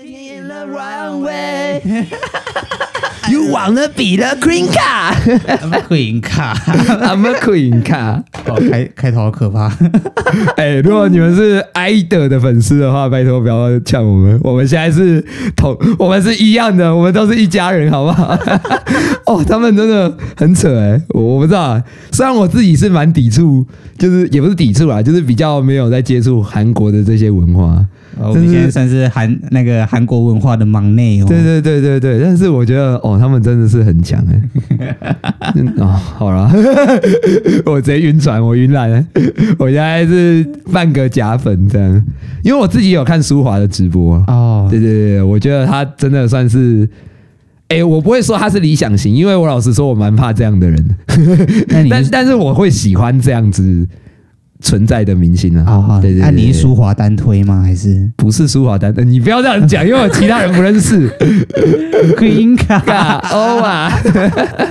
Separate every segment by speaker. Speaker 1: the runway. You wanna be the queen car?
Speaker 2: 会赢卡，
Speaker 1: I'm a queen car.
Speaker 2: 哦，开开头好可怕。
Speaker 1: 哎、如果你们是 i d 的粉丝的话，拜托不要呛我们，我们现在是同，我们是一样的，我们都是一家人，好不好？ 哦，他们真的很扯哎、我我不知道啊，虽然我自己是蛮抵触，就是也不是抵触啦，就是比较没有在接触韩国的这些文化。
Speaker 2: 哦我
Speaker 1: 真
Speaker 2: 们
Speaker 1: 是
Speaker 2: 现在算是韩那个韩国文化的忙内哦。
Speaker 1: 对对对对对，但是我觉得哦，他们真的是很强 哎、嗯哦，好了， 我直接晕船，我晕染了，我现在是半个假粉这样，因为我自己有看舒华的直播，啊
Speaker 2: 哦，
Speaker 1: 对对对，我觉得他真的算是。哎、我不会说他是理想型，因为我老实说，我蛮怕这样的人。
Speaker 2: 那你
Speaker 1: 但
Speaker 2: 是
Speaker 1: 但是我会喜欢这样子存在的明星啊。
Speaker 2: 好好，
Speaker 1: 对对对
Speaker 2: 哦那你
Speaker 1: 对
Speaker 2: 是舒华单推吗？还是
Speaker 1: 不是舒华丹，呃你不要这样讲，因为我其他人不认识。
Speaker 2: Queen 卡？
Speaker 1: 尬欧啊！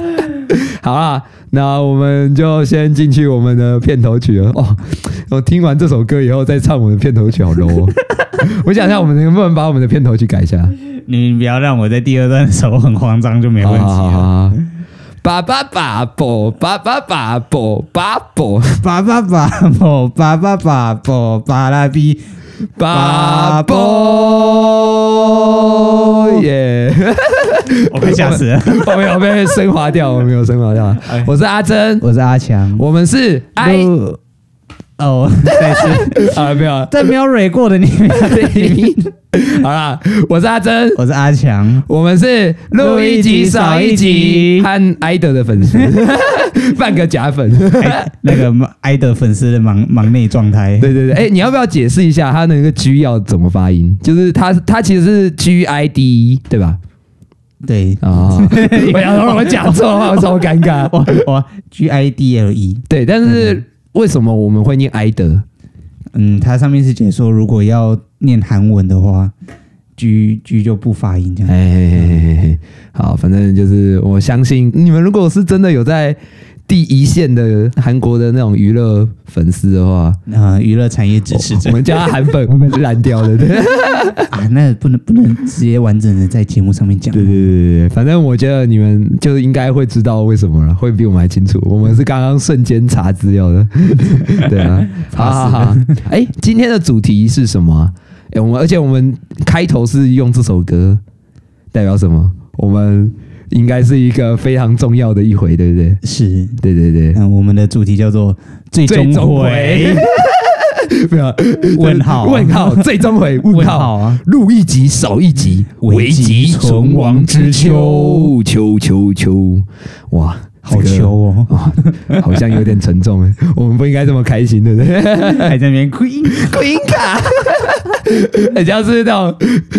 Speaker 1: 好啦，那我们就先进去我们的片头曲了。哦，我听完这首歌以后再唱我们的片头曲，好 low 哦。我想一下，我们能不能把我们的片头曲改一下？
Speaker 2: 你不要让我在第二段的时候很慌张，就没问题啊
Speaker 1: 好好好
Speaker 2: 了。
Speaker 1: 好好爸爸爸爸爸爸
Speaker 2: 爸
Speaker 1: 爸爸爸
Speaker 2: 爸爸爸爸爸爸爸巴拉比，
Speaker 1: 爸爸耶！
Speaker 2: 我快吓死了。
Speaker 1: 我没有被升华掉，我没有升华掉。我是阿珍，
Speaker 2: 我是阿强，
Speaker 1: 我们是 I
Speaker 2: 录哦，再次
Speaker 1: 啊，没有啊。
Speaker 2: 在没有蕊过的你们，
Speaker 1: 好啦，我是阿珍，
Speaker 2: 我是阿强，
Speaker 1: 我们是录一集少一集，和艾德的粉丝， 半个假 粉。
Speaker 2: 哎那个忙挨的粉丝的忙忙内状态。
Speaker 1: 对对对，哎、你要不要解释一下他那个 G 要怎么发音？就是他他其实是 G I D E 对吧？
Speaker 2: 对，
Speaker 1: 啊、 我要让我讲错的话，我超尴尬。嗯
Speaker 2: 我 我 G I D L E，
Speaker 1: 对，但是为什么我们会念艾德？
Speaker 2: 嗯，它上面是解说，如果要念韩文的话，G G 就不发音这样。
Speaker 1: 哎嘿嘿嘿嘿嘿，好，反正就是我相信你们，如果是真的有在第一线的韩国的那种娱乐粉丝的话，
Speaker 2: 呃，娱乐产业支持
Speaker 1: 我
Speaker 2: 者
Speaker 1: 们叫他韩粉，会被烂掉 的。对对
Speaker 2: 啊，那不能不能直接完整的在节目上面讲。
Speaker 1: 对对对对，反正我觉得你们就应该会知道为什么了，会比我们还清楚。我们是刚刚瞬间查资料 的，对啊。好好好，哎、今天的主题是什么啊、哎、我们而且我们开头是用这首歌，代表什么？我们应该是一个非常重要的一回，对不对？
Speaker 2: 是，
Speaker 1: 对对对，
Speaker 2: 嗯，我们的主题叫做最终 回，
Speaker 1: 不要
Speaker 2: 问号啊
Speaker 1: 问号最 终回问
Speaker 2: 问
Speaker 1: 号。
Speaker 2: 号啊，
Speaker 1: 录一集少一集，
Speaker 2: 危急存亡之秋，
Speaker 1: 秋秋秋，哇，
Speaker 2: 好
Speaker 1: 这
Speaker 2: 秋
Speaker 1: 个
Speaker 2: 哦，
Speaker 1: 啊、好像有点沉重哎， 我们不应该这么开心，对不对？
Speaker 2: 还哎在那边 Queen，
Speaker 1: Queen 卡， 很像是那种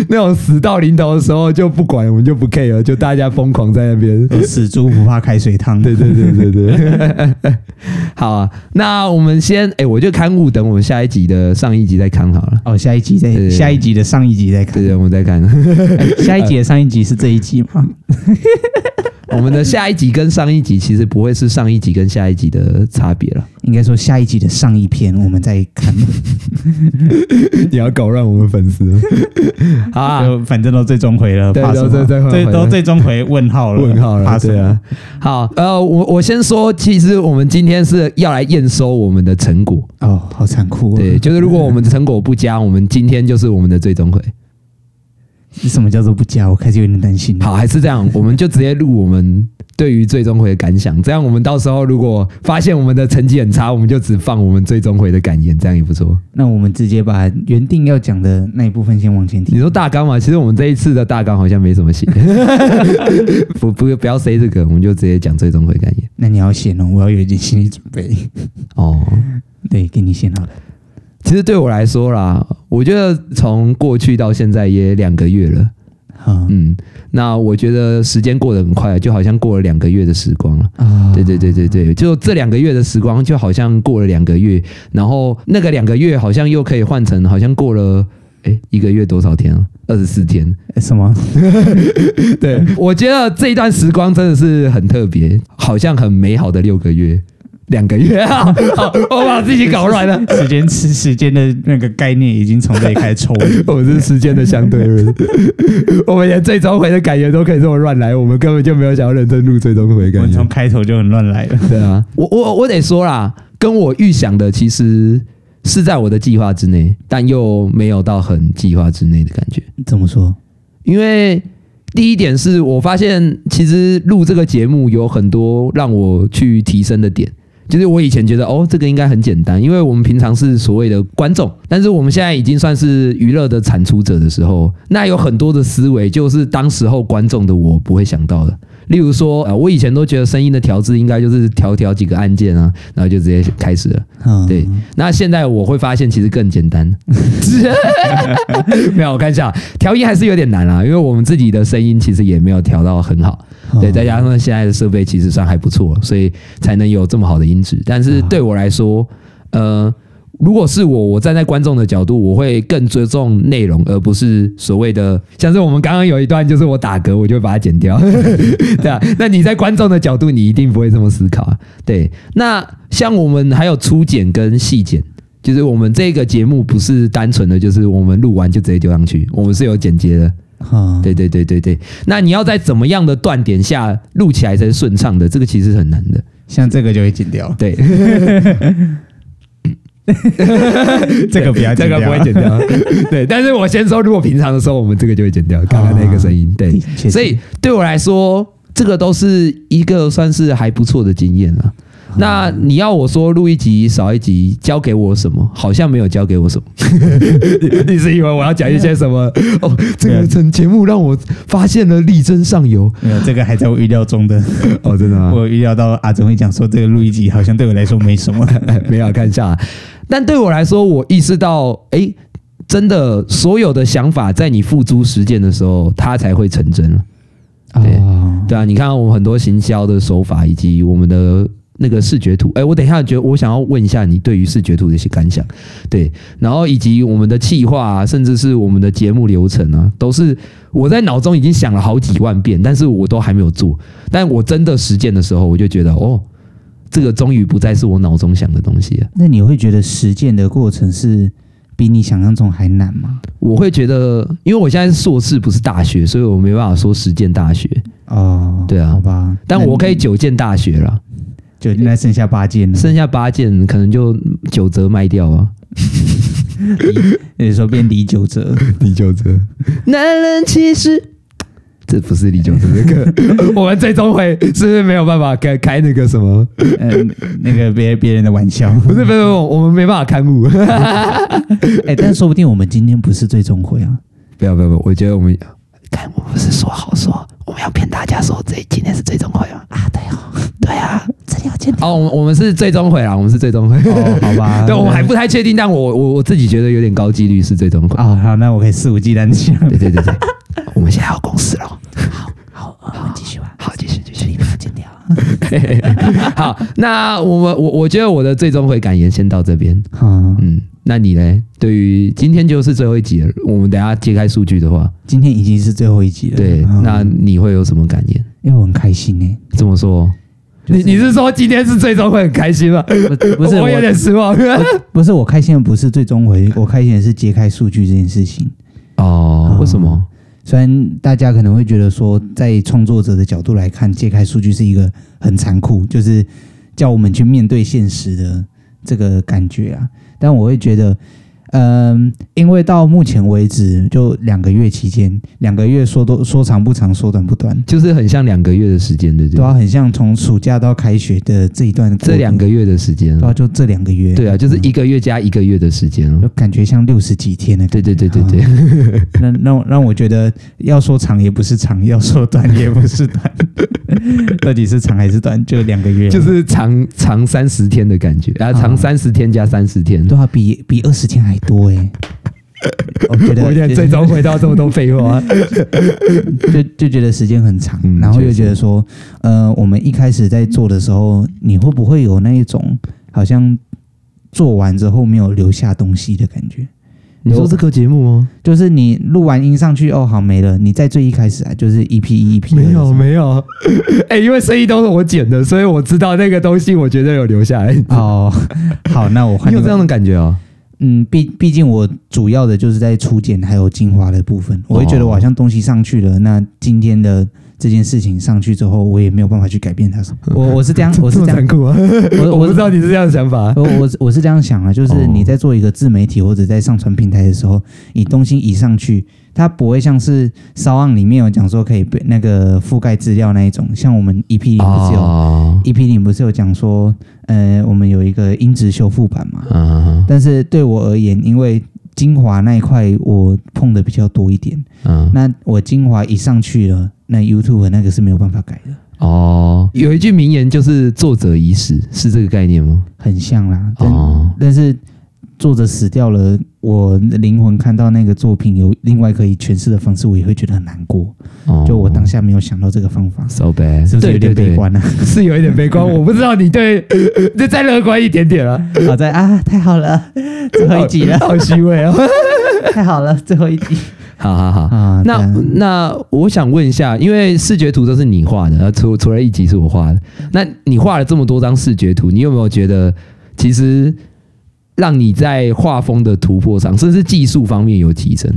Speaker 1: 那种死到临头的时候就不管，我们就不 care，就大家疯狂在那边。
Speaker 2: 死猪不怕开水烫。
Speaker 1: 对对对对对， 好啊，那我们先哎、我就刊物等我们下一集的上一集再看好了。
Speaker 2: 哦，下一集
Speaker 1: 对
Speaker 2: 再
Speaker 1: 对对
Speaker 2: 下一集的上一集再看
Speaker 1: 对，对，我们再看。
Speaker 2: 哎下一集的上一集是这一集吗？
Speaker 1: 我们的下一集跟上一集其实不会是上一集跟下一集的差别了。
Speaker 2: 应该说下一集的上一篇我们再看，
Speaker 1: 你要搞乱我们粉丝 好啊！
Speaker 2: 就反正都最终回了，
Speaker 1: 对
Speaker 2: 怕什么
Speaker 1: 都最终回
Speaker 2: 最
Speaker 1: 了
Speaker 2: 都最终回问号了，
Speaker 1: 问号
Speaker 2: 怕
Speaker 1: 了，
Speaker 2: 什么
Speaker 1: 对啊。，好，呃，我我先说，其实我们今天是要来验收我们的成果，
Speaker 2: 哦，好残酷、哦。
Speaker 1: 对，，就是如果我们的成果不佳，我们今天就是我们的最终 回。
Speaker 2: 什么叫做不加？我开始有点担心了。
Speaker 1: 好，还是这样，我们就直接录我们对于最终回的感想，这样我们到时候如果发现我们的成绩很差，我们就只放我们最终回的感言，这样也不错。
Speaker 2: 那我们直接把原定要讲的那一部分先往前
Speaker 1: 你
Speaker 2: 提。
Speaker 1: 说大纲嘛，其实我们这一次的大纲好像没什么写，不不不要 say 这个，我们就直接讲最终回感言。
Speaker 2: 那你要先哦，我要有一点心理准 备。
Speaker 1: 哦，
Speaker 2: 对，给你先好了。
Speaker 1: 其实对我来说啦，我觉得从过去到现在也两个月了，
Speaker 2: 好啊、
Speaker 1: 嗯，那我觉得时间过得很快，就好像过了两个月的时光了。
Speaker 2: 啊
Speaker 1: 对对对对对，就这两个月的时光，就好像过了两个月，然后那个两个月好像又可以换成好像过了。诶，一个月多少天啊？二十四天，
Speaker 2: 呃什么？
Speaker 1: 对，我觉得这一段时光真的是很特别，好像很美好的六个月。两个 月啊，好我把自己搞乱了。
Speaker 2: 时间吃时间的那个概念已经从这里开始抽 离
Speaker 1: 我们是时间的相对论， 我们连最终回的感觉都可以这么乱来，我们根本就没有想要认真录最终回的
Speaker 2: 我
Speaker 1: 感
Speaker 2: 们
Speaker 1: 觉
Speaker 2: 从。开头就很乱来了。
Speaker 1: 对啊，我我我得说啦，跟我预想的其实是在我的计划之内，但又没有到很计划之内的感觉。
Speaker 2: 怎么说？
Speaker 1: 因为第一点是我发现，其实录这个节目有很多让我去提升的点。就是我以前觉得哦，这个应该很简单，因为我们平常是所谓的观众，但是我们现在已经算是娱乐的产出者的时候，那有很多的思维就是当时候观众的我不会想到的。例如说，呃，我以前都觉得声音的调制应该就是调调几个按键啊，然后就直接开始了。
Speaker 2: 嗯，
Speaker 1: 对，那现在我会发现其实更简单。 没有，我看一下，调音还是有点难啊，因为我们自己的声音其实也没有调到很好。
Speaker 2: 嗯
Speaker 1: 对，再加上现在的设备其实算还不错，所以才能有这么好的音质。但是对我来说，呃，如果是我，我站在观众的角度，我会更尊重内容，而不是所谓的像是我们刚刚有一段就是我打嗝，我就会把它剪掉，对啊。那你在观众的角度，你一定不会这么思考啊。对，那像我们还有粗剪跟细剪。就是我们这个节目不是单纯的，就是我们录完就直接丢上去，我们是有剪接的，
Speaker 2: 嗯，
Speaker 1: 对对对对对，那你要在怎么样的断点下录起来才是顺畅的？这个其实很难的。
Speaker 2: 像这个就会剪掉，
Speaker 1: 对，
Speaker 2: 这个不要剪
Speaker 1: 这
Speaker 2: 掉，
Speaker 1: 个不会剪掉。 对，但是我先说，如果平常的时候，我们这个就会剪掉刚刚那个声音。对，
Speaker 2: 确实。
Speaker 1: 所以对我来说，这个都是一个算是还不错的经验了。那你要我说录一集少一集，教给我什么？好像没有教给我什么。 你是以为我要讲一些什么？ 哦，这个整节目让我发现了力争上游。
Speaker 2: 没有，这个还在我预料中的。
Speaker 1: 哦，真的吗？
Speaker 2: 我预料到阿珍会讲说，这个录一集好像对我来说没什么。
Speaker 1: 没有看一下来。但对我来说，我意识到，哎、真的所有的想法，在你付诸实践的时候，它才会成真了。 对
Speaker 2: 哦，
Speaker 1: 对啊，你看我们很多行销的手法，以及我们的那个视觉图。哎、我等一下觉得我想要问一下你对于视觉图的一些感想。对，然后以及我们的企划、啊，甚至是我们的节目流程啊，都是我在脑中已经想了好几万遍，但是我都还没有做。但我真的实践的时候，我就觉得，哦，这个终于不再是我脑中想的东西了。
Speaker 2: 那你会觉得实践的过程是比你想象中还难吗？
Speaker 1: 我会觉得，因为我现在是硕士不是大学，所以我没办法说实践大学，
Speaker 2: 哦，
Speaker 1: 对啊
Speaker 2: 好吧，
Speaker 1: 但
Speaker 2: 那
Speaker 1: 我
Speaker 2: 你
Speaker 1: 可以九件大学了，
Speaker 2: 就那剩下八件了，
Speaker 1: 剩下八件可能就九折卖掉啊。
Speaker 2: 有时候变离九 折，
Speaker 1: 李九哲，男人其实这不是李九哲那个， 我们最终会是不是没有办法开开那个什么？
Speaker 2: 嗯，那个别别人的玩 笑，
Speaker 1: 不是，不是，不是我们没办法刊物。
Speaker 2: 哎，但说不定我们今天不是最终回啊，
Speaker 1: 不要不要不要，我觉得我们看，我们不是说好说，我们要骗大家说这今天是最终回吗？啊，对哦，对啊，这里要见。哦，我们我们是最终回啦，我们是最终回。
Speaker 2: 哦，好 吧，
Speaker 1: 对，我们还不太确定，但我我我自己觉得有点高几率是最终 回。
Speaker 2: 啊，好，那我可以肆无忌惮的讲，
Speaker 1: 对对对对，我们现在要公司了。
Speaker 2: 好，我们继续吧，
Speaker 1: 好，继续继续。
Speaker 2: 不要剪掉，
Speaker 1: 好，那我们我我觉得我的最终回感言先到这边。
Speaker 2: 好，
Speaker 1: 嗯，那你嘞？对于今天就是最后一集了，我们等一下揭开数据的话，
Speaker 2: 今天已经是最后一集了，
Speaker 1: 对，
Speaker 2: 嗯
Speaker 1: 那你会有什么感言？
Speaker 2: 因为我很开心哎，
Speaker 1: 这么说，
Speaker 2: 就是
Speaker 1: 你你是说今天是最终会很开心吗？
Speaker 2: 不不是
Speaker 1: 我
Speaker 2: 我
Speaker 1: 有点失望。
Speaker 2: 不是我开心的不是最终回，我开心的是揭开数据这件事情。
Speaker 1: 哦，为什么？
Speaker 2: 虽然大家可能会觉得说，在创作者的角度来看，揭开数据是一个很残酷，就是叫我们去面对现实的这个感觉啊。但我会觉得，嗯，因为到目前为止就两个月期间，两个月说多说长不长，说短不短，
Speaker 1: 就是很像两个月的时间，对不
Speaker 2: 对
Speaker 1: 对？
Speaker 2: 啊，很像从暑假到开学的这一段过渡，
Speaker 1: 这两个月的时间
Speaker 2: 对，啊，就这两个月，
Speaker 1: 对啊，就是一个月加一个月的时间
Speaker 2: 就感觉像六十几天的感觉
Speaker 1: 对对对对对，
Speaker 2: 那让让我觉得，要说长也不是长，要说短也不是短， 到底是长还是短？就两个月，
Speaker 1: 就是长长三十天的感觉，啊，长
Speaker 2: 啊
Speaker 1: 三十天加三十天。
Speaker 2: 对啊，比比二十天还多哎、我觉得
Speaker 1: 我现在最终回到这么多废话，
Speaker 2: 就就觉得时间很长，
Speaker 1: 嗯
Speaker 2: 然后又
Speaker 1: 确实
Speaker 2: 觉得说，呃，我们一开始在做的时候，你会不会有那一种好像做完之后没有留下东西的感觉？
Speaker 1: 你说这个节目吗？
Speaker 2: 就是你录完音上去，哦，好没了。你在最一开始啊，就是 EP 一、EP
Speaker 1: 没有没有， 哎、因为声音都是我剪的，所以我知道那个东西，我觉得有留 下来。
Speaker 2: 哦， 好，那我换
Speaker 1: 你有
Speaker 2: 另
Speaker 1: 这
Speaker 2: 外
Speaker 1: 样的感觉啊、
Speaker 2: 嗯，毕毕竟我主要的就是在初剪还有精华的部分，我会觉得我好像东西上去了，那今天的这件事情上去之后，我也没有办法去改变 它什么。我我是这样，我是
Speaker 1: 这么
Speaker 2: 这样
Speaker 1: 残，酷啊！
Speaker 2: 我
Speaker 1: 我
Speaker 2: 我
Speaker 1: 不
Speaker 2: 是
Speaker 1: 知道哦你是这样的想法。
Speaker 2: 我我我是这样想啊，就是
Speaker 1: 哦
Speaker 2: 你在做一个自媒体或者在上传平台的时候，你东西移上去，它不会像是骚案里面有讲说可以被那个覆盖资料那一种，像我们 EP 零不是有、
Speaker 1: 哦
Speaker 2: EP 零不是有讲说，呃，我们有一个音质修复版嘛，
Speaker 1: 嗯
Speaker 2: 但是对我而言，因为精华那一块我碰的比较多一点，
Speaker 1: 嗯
Speaker 2: 那我精华一上去了，那 YouTube 那个是没有办法改的，
Speaker 1: 哦，有一句名言就是“作者已死”，是这个概念吗？
Speaker 2: 很像啦。但、
Speaker 1: 哦，
Speaker 2: 但是作者死掉了，我灵魂看到那个作品有另外可以诠释的方式，我也会觉得很难过。
Speaker 1: 哦
Speaker 2: 就我当下没有想到这个方法，
Speaker 1: so bad，
Speaker 2: 是不是有点悲？ 观啊？
Speaker 1: 对对对是有一点悲观，我不知道你对， 就再乐观一点点了、 啊。
Speaker 2: 好在啊，太好了， 最后一集了，
Speaker 1: 好虚伪哦。
Speaker 2: 太好了，最后一集
Speaker 1: 好好好，
Speaker 2: 啊。
Speaker 1: 那
Speaker 2: 对啊
Speaker 1: 那我想问一下，因为视觉图都是你画的，呃除除了一集是我画的，那你画了这么多张视觉图，你有没有觉得其实让你在画风的突破上，甚至技术方面有提升？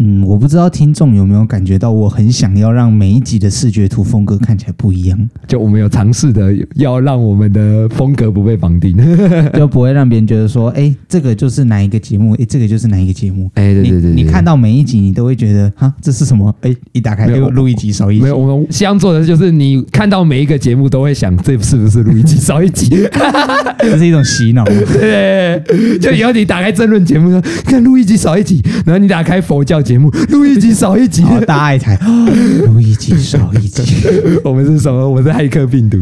Speaker 2: 嗯，我不知道听众有没有感觉到，我很想要让每一集的视觉图风格看起来不一 样，
Speaker 1: 就我们有尝试的，要让我们的风格不被绑定。
Speaker 2: 就不会让别人觉得说，哎、这个就是哪一个节目，哎、这个就是哪一个节目。
Speaker 1: 哎、对对对对
Speaker 2: 你你看
Speaker 1: 到
Speaker 2: 到每一集，你都会觉得，哈，这是什么？哎、一打开
Speaker 1: 没有
Speaker 2: 又录一集少一集
Speaker 1: 没，有？我们希望做的就是，你看到每一个节目都会想，这是不是录一集少一集？
Speaker 2: 这是一种洗 脑。
Speaker 1: 对， 就以后你打开争论节目说，看录一集少一集，然后你打开佛教节目，录一集少一集。
Speaker 2: 好，大爱台，哦录一集少一 集。
Speaker 1: 我们是什么？我们是骇客病毒，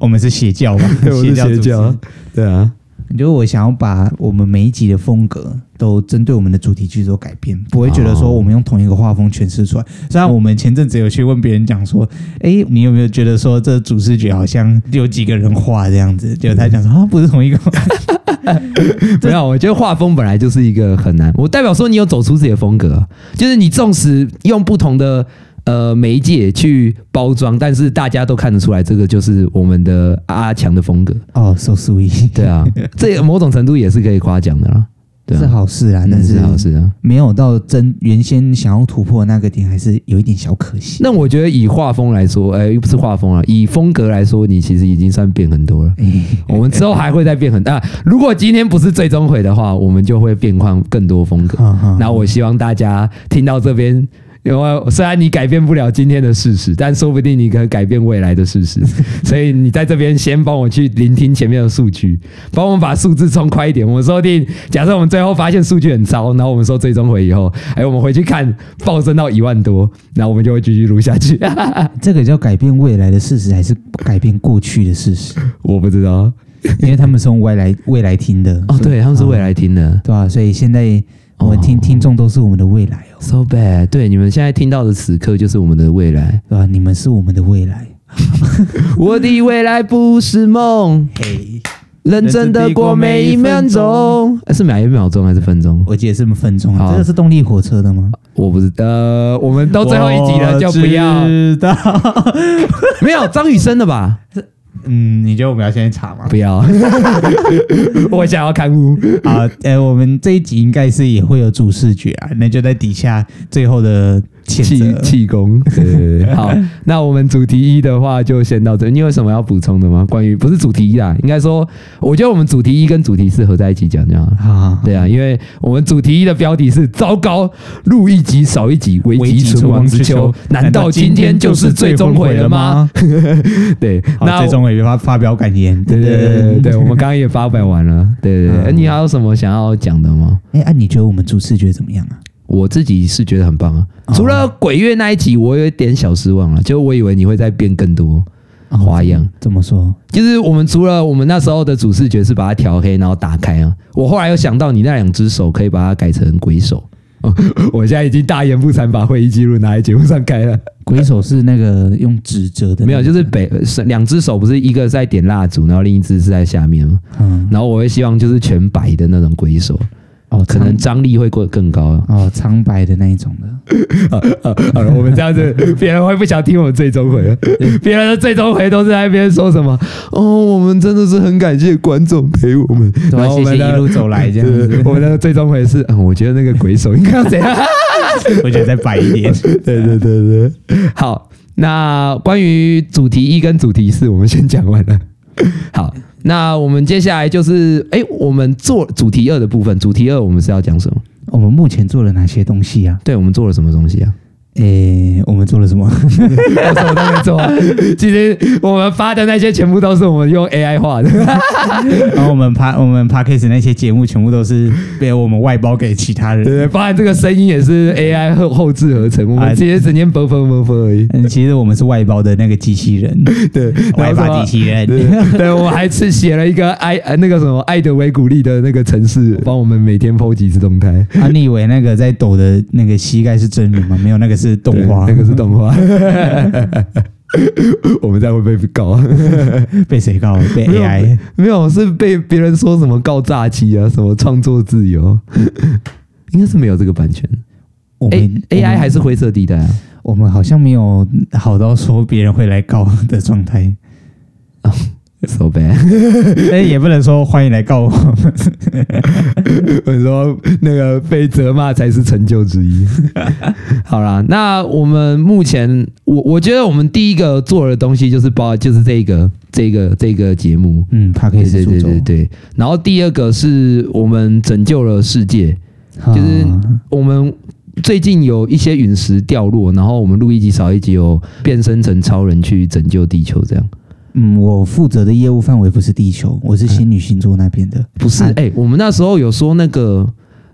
Speaker 2: 我们是 邪教吧？
Speaker 1: 对，我是
Speaker 2: 组
Speaker 1: 邪
Speaker 2: 织
Speaker 1: 教。，对啊，
Speaker 2: 就我想要把我们每一集的风格都针对我们的主题去做改变，不会觉得
Speaker 1: 哦
Speaker 2: 说我们用同一个画风诠释出来。虽然我们前阵子有去问别人讲说，哎，你有没有觉得说这主视觉好像有几个人画这样子？就他讲说啊，不是同一 个。
Speaker 1: 没有，我觉得画风本来就是一个很难。我代表说，你有走出自己的风格，就是你纵使用不同的呃媒介去包装，但是大家都看得出来，这个就是我们的阿强的风格。
Speaker 2: 哦，so sweet，
Speaker 1: 对 啊，这个某种程度也是可以夸奖的啦。对
Speaker 2: 是
Speaker 1: 啊，
Speaker 2: 好事啊，但
Speaker 1: 嗯
Speaker 2: 是
Speaker 1: 是好事啊。
Speaker 2: 没有到真原先想要突破那个点，还是有一点小可惜。
Speaker 1: 那我觉得以画风来说，哎、又不是画风啊，以风格来说，你其实已经算变很多了。
Speaker 2: 哎
Speaker 1: 我们之后还会再变很大。如果今天不是最终回的话，我们就会变换更多风格。
Speaker 2: 哈哈
Speaker 1: 那我希望大家听到这边，因为虽然你改变不了今天的事实，但说不定你可以改变未来的事实。所以你在这边先帮我去聆听前面的数据，帮我们把数字冲快一点。我们说不定，假设我们最后发现数据很糟，然后我们说最终回以后，哎，我们回去看暴增到一万多，然后我们就会继续录下去。
Speaker 2: 这个叫改变未来的事实，还是改变过去的事实？
Speaker 1: 我不知道
Speaker 2: 因为他们是用未来未来听的
Speaker 1: 哦，对，他们是未
Speaker 2: 来。
Speaker 1: 来听的。
Speaker 2: 对啊，所以现在我们听、
Speaker 1: 哦
Speaker 2: 听众都是我们的未来哦，
Speaker 1: So bad，对，你们现在听到的此刻就是我们的 未来。
Speaker 2: 对吧、你们是我们的未来。
Speaker 1: 我的未来不是梦，
Speaker 2: 嘿，
Speaker 1: 认真的过每一秒钟，呃是每一秒钟还是分钟？
Speaker 2: 我记得这么分钟啊，
Speaker 1: 好
Speaker 2: 这个是动力火车的吗？
Speaker 1: 我不知道，呃，我们都最后一集了，就不要
Speaker 2: 我知道。
Speaker 1: 没有张雨生的吧？
Speaker 2: 嗯，你觉得我们要先查吗？
Speaker 1: 不要， 我想要看屋。
Speaker 2: 啊，呃，我们这一集应该是也会有主视觉啊，那就在底下最后的谴
Speaker 1: 气
Speaker 2: 责。
Speaker 1: 气功，对对对，呃 好，那我们主题一的话就先到这。你有什么要补充的吗？关于不是主题一啦，应该说，我觉得我们主题一跟主题四合在一起讲就好了。
Speaker 2: 好好好，
Speaker 1: 对啊，因为我们主题一的标题是“糟糕，录一集少一集，危
Speaker 2: 危
Speaker 1: 急
Speaker 2: 急
Speaker 1: 存
Speaker 2: 存
Speaker 1: 亡
Speaker 2: 亡
Speaker 1: 之
Speaker 2: 之
Speaker 1: 秋
Speaker 2: 秋”。
Speaker 1: 难道今天就是最终回了吗？？对，
Speaker 2: 那
Speaker 1: 那
Speaker 2: 最终回发发表感言，
Speaker 1: 对对对 对对，我们刚刚也发表完了。对对
Speaker 2: 嗯
Speaker 1: 对，哎你还有什么想要讲的吗？
Speaker 2: 哎，啊，你觉得我们主视觉怎么样啊？
Speaker 1: 我自己是觉得很棒啊，
Speaker 2: 哦
Speaker 1: 除了鬼月那一集，我有一点小失望了，就我以为你会再变更多。啊花样
Speaker 2: 哦怎么说？
Speaker 1: 就是我们除了我们那时候的主视觉是把它调黑，然后打开啊。我后来又想到，你那两只手可以把它改成鬼手。 哦，我现在已经大言不惭把会议记录拿来节目上开了。
Speaker 2: 鬼手是那个用纸折的那个，
Speaker 1: 没有，就是北是两只手不是一个在点蜡烛，然后另一只是在下面吗？
Speaker 2: 嗯，
Speaker 1: 然后我会希望就是全白的那种鬼手，
Speaker 2: 哦，
Speaker 1: 可能张力会过更高。
Speaker 2: 苍哦苍白的那一种 的，
Speaker 1: 好了，我们这样子，别人会不想听我们最终回了。别人的最终回都是在那边说什么？哦，我们真的是很感谢观众陪我们，
Speaker 2: 对
Speaker 1: 然
Speaker 2: 啊，
Speaker 1: 后我
Speaker 2: 谢
Speaker 1: 们
Speaker 2: 谢一
Speaker 1: 的
Speaker 2: 路走来这样
Speaker 1: 对
Speaker 2: 子，
Speaker 1: 我们的最终回是，嗯，我觉得那个鬼手应该要 怎样？
Speaker 2: 我觉得再白一点。
Speaker 1: 对对对对，好，那关于主题一跟主题四，我们先讲完了。好，那我们接下来就是，哎、我们做主题二的部分，主题二我们是要讲什么？
Speaker 2: 我们目前做了哪些东西啊？
Speaker 1: 对，我们做了什么东西啊？
Speaker 2: 诶，哎我们做了什 么？
Speaker 1: 我什么都没做、啊，其实我们发的那些全部都是我们用 AI 画的。
Speaker 2: 然后我们 p 我们 p a d k a s 那些节目全部都是被我们外包给其他
Speaker 1: 对
Speaker 2: 人。
Speaker 1: 对，包含这个声音也是 AI 后后置合成，我们直接整天啵啵啵啵 而已。
Speaker 2: 嗯，其实我们是外包的那个机器人，
Speaker 1: 对，
Speaker 2: 外
Speaker 1: 然后什
Speaker 2: 包
Speaker 1: 么
Speaker 2: 机器人。
Speaker 1: 对，对，我还是写了一个爱呃那个什么爱德维古利的那个城市，帮我们每天 PO 几次动态。
Speaker 2: 啊，你以为那个在抖的那个膝盖是真人吗？没有，那个是动画，
Speaker 1: 对那个是动画。我们这样会被告啊？
Speaker 2: 被谁告？被
Speaker 1: 没有
Speaker 2: AI。
Speaker 1: 没有，是被别人说什么告诈欺啊，什么创作自由，应该是没有这个版权。
Speaker 2: 我
Speaker 1: 哎
Speaker 2: 们
Speaker 1: AI 还
Speaker 2: 是
Speaker 1: 是灰色地带啊？
Speaker 2: 我们好像没有好到说别人会来告的状 态，
Speaker 1: so bad。
Speaker 2: 但哎也不能说欢迎来告我们。
Speaker 1: 我说那个被责骂才是成就之一。 好啦，那我们目前，我我觉得我们第一个做的东西就是包，就是这个这个这个节目。
Speaker 2: 嗯 p a r k
Speaker 1: 对
Speaker 2: a s
Speaker 1: 对对对对，然后第二个是我们拯救了世界，就是
Speaker 2: 啊
Speaker 1: 我们最近有一些陨石掉落，然后我们录一集少一集，有变身成超人去拯救地球，这样
Speaker 2: 嗯，我负责的业务范围不是地球，我是仙女星座那边的。
Speaker 1: 不是？哎、
Speaker 2: 啊
Speaker 1: 我们那时候有说那个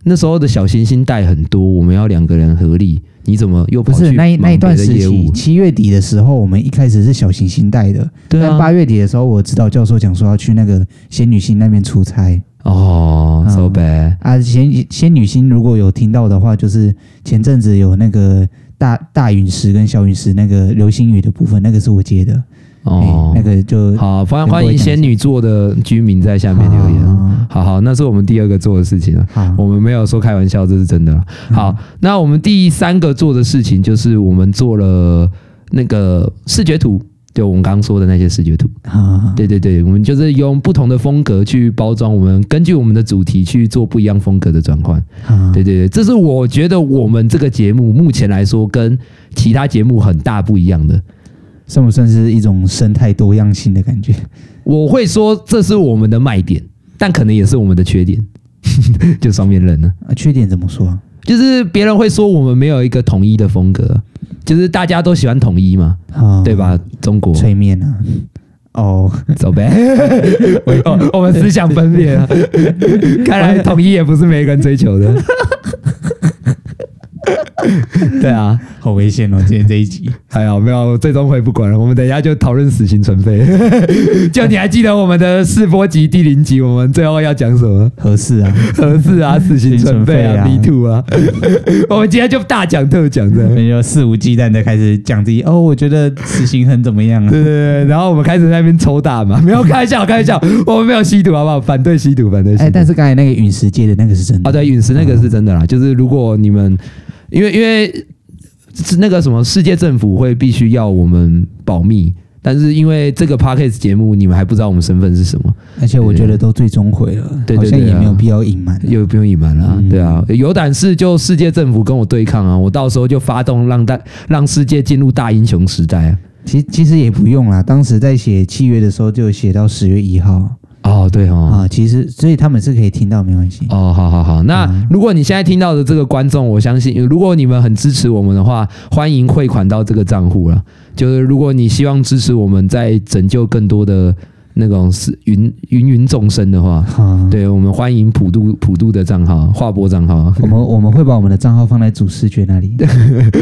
Speaker 1: 那时候的小行星带很多，我们要两个人合力，你怎么又
Speaker 2: 不
Speaker 1: 跑去
Speaker 2: 是那一那一段
Speaker 1: 忙
Speaker 2: 时
Speaker 1: 别的业
Speaker 2: 期，
Speaker 1: 务？
Speaker 2: 七月底的时候，我们一开始是小行星带的，
Speaker 1: 对
Speaker 2: 但
Speaker 1: 啊，
Speaker 2: 八月底的时候，我指导教授讲说要去那个仙女星那边出差。
Speaker 1: 哦、
Speaker 2: 嗯
Speaker 1: s o bad，
Speaker 2: 啊，仙仙女星如果有听到的话，就是前阵子有那个大大陨石跟小陨石那个流星雨的部分，那个是我接的，
Speaker 1: 哦、
Speaker 2: 哎那个就
Speaker 1: 好，欢
Speaker 2: 跟各位
Speaker 1: 欢迎
Speaker 2: 讲一下
Speaker 1: 仙女座的居民在下面留言。
Speaker 2: 啊
Speaker 1: 好好，那是我们第二个做的事情了。
Speaker 2: 好，
Speaker 1: 我们没有说开玩笑，这是真的啦。
Speaker 2: 嗯
Speaker 1: 好，那我们第三个做的事情就是我们做了那个视觉图，就我们刚刚说的那些视觉图。
Speaker 2: 好，
Speaker 1: 对对对，我们就是用不同的风格去包装，我们根据我们的主题去做不一样风格的转换。
Speaker 2: 好，
Speaker 1: 对对对，这是我觉得我们这个节目目前来说跟其他节目很大不一样的。
Speaker 2: 算不算是一种生态多样性的感觉？
Speaker 1: 我会说这是我们的卖点，但可能也是我们的缺点， 就双面人呢、
Speaker 2: 啊，缺点怎么说啊？
Speaker 1: 就是别人会说我们没有一个统一的风格，就是大家都喜欢统一嘛，
Speaker 2: 啊
Speaker 1: 对？吧？中国
Speaker 2: 催眠啊，哦，
Speaker 1: 走呗，我哦我们思想分裂啊，看来统一也不是每个人追求的。对啊，
Speaker 2: 好危险哦！今天这一集，
Speaker 1: 还好没有，最终回不管了。我们等一下就讨论死刑存废。就你还记得我们的试播集第零集，我们最后要讲什么？
Speaker 2: 合适啊，
Speaker 1: 合适啊，死刑存废啊
Speaker 2: 死刑
Speaker 1: ，Me too 啊。我们今天就大讲特讲的。
Speaker 2: 我们就肆无忌惮的开始讲自己哦，我觉得死刑很怎么样啊？
Speaker 1: 对对对，然后我们开始在那边抽大麻，没有开玩笑，开玩笑，我们没有吸毒，好不好？反对吸毒，反对吸毒。
Speaker 2: 哎，但是刚才那个陨石界的那个是真的
Speaker 1: 啊，对，陨石那个是真的啦，就是如果你们，因为因为是那个什么世界政府会必须要我们保密，但是因为这个 podcast 节目，你们还不知道我们身份是什么，
Speaker 2: 而且我觉得都最终毁了，
Speaker 1: 对对
Speaker 2: 好
Speaker 1: 对
Speaker 2: 像也
Speaker 1: 对啊
Speaker 2: 没有必要隐瞒了。
Speaker 1: 又不用隐瞒啦，
Speaker 2: 嗯
Speaker 1: 对啊，有胆识就世界政府跟我对抗啊，我到时候就发动让大让世界进入大英雄时代啊。
Speaker 2: 其其实也不用啦，当时在写契约的时候就有写到十月一号、
Speaker 1: 哦，对哦，
Speaker 2: 啊，其实所以他们是可以听到，没关系。
Speaker 1: 哦，好好好，那如果你现在听到的这个观众，我相信如果你们很支持我们的话，欢迎汇款到这个账户了。就是如果你希望支持我们在拯救更多的那种是芸芸芸众生的话，
Speaker 2: 啊，
Speaker 1: 对我们欢迎普渡普渡的账号、划拨账号。
Speaker 2: 我们我们会把我们的账号放在主视觉那里。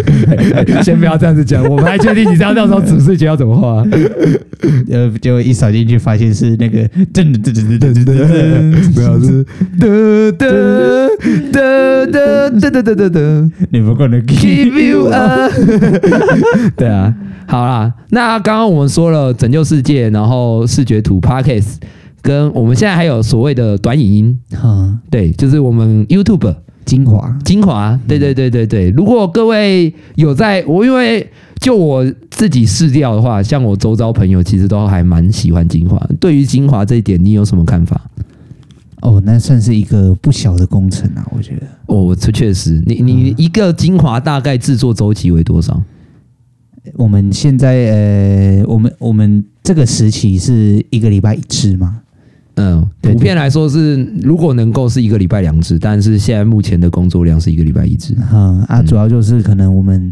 Speaker 1: 先不要这样子讲，我们还确定你知道到时候主视觉要怎么画。
Speaker 2: 呃，就一扫进去，发现是那个噔噔噔噔噔噔噔，
Speaker 1: 没有是 哒哒哒哒哒哒哒哒。
Speaker 2: 你不可能
Speaker 1: Give you a，对啊，好啦，那刚刚我们说了拯救世界，然后视觉图 Pockets 跟我们现在还有所谓的短影音，
Speaker 2: 哈，
Speaker 1: 对，就是我们 YouTube
Speaker 2: 精华，
Speaker 1: 精华，对对对对对。如果各位有在我，因为就我自己试掉的话，像我周遭朋友其实都还蛮喜欢精华。对于精华这一点，你有什么看法？
Speaker 2: 哦，那算是一个不小的工程啊，我觉得。
Speaker 1: 哦，我这确实，你你一个精华大概制作周期为多少？
Speaker 2: 我们现在呃，我们我们这个时期是一个礼拜一支嘛，
Speaker 1: 嗯，
Speaker 2: 对
Speaker 1: 普遍来说是，如果能够是一个礼拜两支，但是现在目前的工作量是一个礼拜一支。
Speaker 2: 哈啊，
Speaker 1: 嗯
Speaker 2: 主要就是可能我们，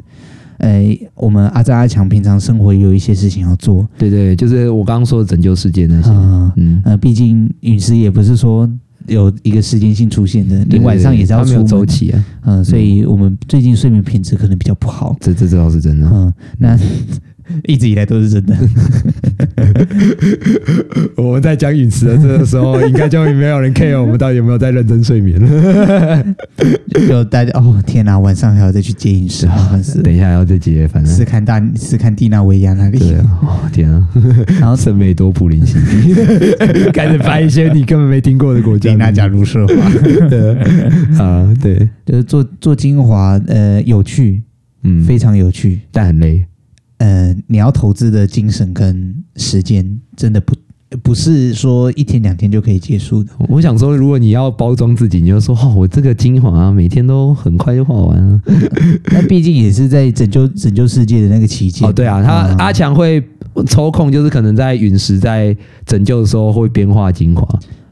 Speaker 2: 呃，我们阿扎阿强平常生活也有一些事情要做，
Speaker 1: 对对，就是我刚刚说的拯救世界那些。
Speaker 2: 哈，
Speaker 1: 嗯，
Speaker 2: 呃，毕竟陨石也不是说有一个时间性出现的，
Speaker 1: 对
Speaker 2: 你晚上也是要
Speaker 1: 它没有
Speaker 2: 出
Speaker 1: 周
Speaker 2: 门，
Speaker 1: 期啊，
Speaker 2: 嗯，所以我们最近睡眠品质可能比较不好，
Speaker 1: 这这这倒是真 的。
Speaker 2: 嗯，那 一直以来都是真的，
Speaker 1: 我们在讲饮食的这个时候，应该就没有人 care 我们到底有没有在认真睡眠了。
Speaker 2: 就大家哦天哪、晚上还要再去接饮食，好像是
Speaker 1: 等一下要再接，反正
Speaker 2: 斯堪大斯堪的纳维亚那里
Speaker 1: 对， 啊，哦天 啊，
Speaker 2: 然后
Speaker 1: 圣美多普林西， 开始翻一些你根本没听过的国家
Speaker 2: 丁
Speaker 1: 名字。
Speaker 2: 娜加入奢华，
Speaker 1: 嗯啊，对，
Speaker 2: 就是做做精华，呃，有趣，
Speaker 1: 嗯，
Speaker 2: 非常有趣。
Speaker 1: 但很累。
Speaker 2: 呃，你要投资的精神跟时间，真的不不是说一天两天就可以结束的。
Speaker 1: 我想说，如果你要包装自己，你就说：“哦，我这个精华、啊、每天都很快就画完啊。
Speaker 2: 那毕竟也是在拯救拯救世界的那个期”间。
Speaker 1: 哦，对啊，他、
Speaker 2: 嗯
Speaker 1: 阿强会抽空，就是可能在陨石在拯救的时候会边画精华。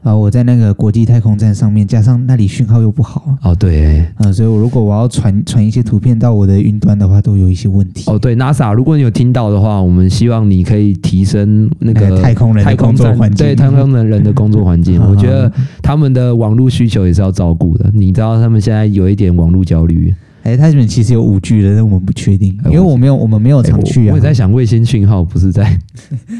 Speaker 2: 啊，我在那个国际太空站上面，加上那里讯号又不好。
Speaker 1: 哦，对、
Speaker 2: 啊，所以我如果我要传传一些图片到我的云端的话，都有一些问题。
Speaker 1: 哦，对，NASA，如果你有听到的话，我们希望你可以提升那
Speaker 2: 那
Speaker 1: 个
Speaker 2: 哎个太空人的
Speaker 1: 太空
Speaker 2: 工作
Speaker 1: 站
Speaker 2: 环境
Speaker 1: 对太空人人的工作 环境，
Speaker 2: 嗯
Speaker 1: 我觉得他们的网络需求也是要照顾的。你知道他们现在有一点网络焦虑，
Speaker 2: 哎、他们其实有五 G 的，但我们不确定，
Speaker 1: 哎
Speaker 2: 因为
Speaker 1: 我
Speaker 2: 我没有我们没有
Speaker 1: 哎
Speaker 2: 常
Speaker 1: 我
Speaker 2: 去啊。
Speaker 1: 我也在想，卫星讯号不是在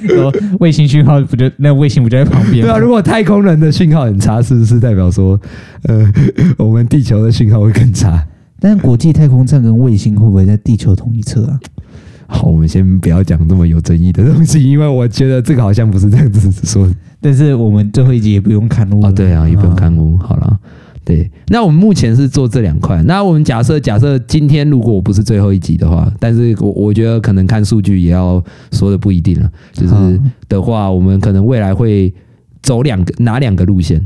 Speaker 2: 说 卫星讯号不就那卫星不就在旁边？
Speaker 1: 对啊，如果太空人的讯号很差，是不是代表说，呃， 我们地球的讯号会更差？
Speaker 2: 但国际太空站跟卫星会不会在地球同一侧啊？
Speaker 1: 好，我们先不要讲这么有争议的东西，因为我觉得这个好像不是这样子说的。
Speaker 2: 但是我们最后一集也不用看路了、
Speaker 1: 哦，对啊，也不用看屋，好了。对，那我们目前是做这两块。那我们假设，假设今天如果我不是最后一集的话，但是我我觉得可能看数据也要说的不一定了。就是啊
Speaker 2: 嗯
Speaker 1: 的话，我们可能未来会走两个哪两个路线？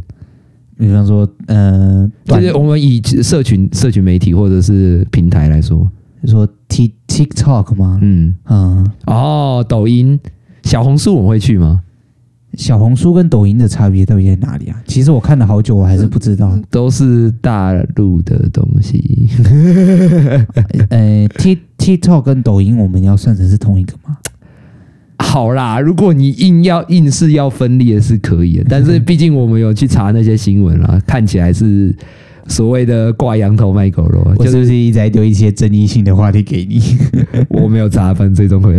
Speaker 2: 比方说，呃，
Speaker 1: 就
Speaker 2: 短
Speaker 1: 是我们以社群、社群媒体或者是平台来说，
Speaker 2: 说 T TikTok 吗？
Speaker 1: 嗯，
Speaker 2: 嗯，
Speaker 1: 哦，抖音、小红书我会去吗？
Speaker 2: 小红书跟抖音的差别到底在哪里啊？其实我看了好久，我还是不知道。
Speaker 1: 都是大陆的东西。
Speaker 2: 呃，T TikTok 跟抖音我们要算成是同一个吗？
Speaker 1: 好啦，如果你硬要硬是要分裂是可 以的，但是毕竟我们有去查那些新闻啦，看起来是所谓的挂羊头卖狗肉啊，
Speaker 2: 我
Speaker 1: 就是
Speaker 2: 不
Speaker 1: 是
Speaker 2: 是一直在丢一些争议性的话题给你？
Speaker 1: 我没有查，反正最终会。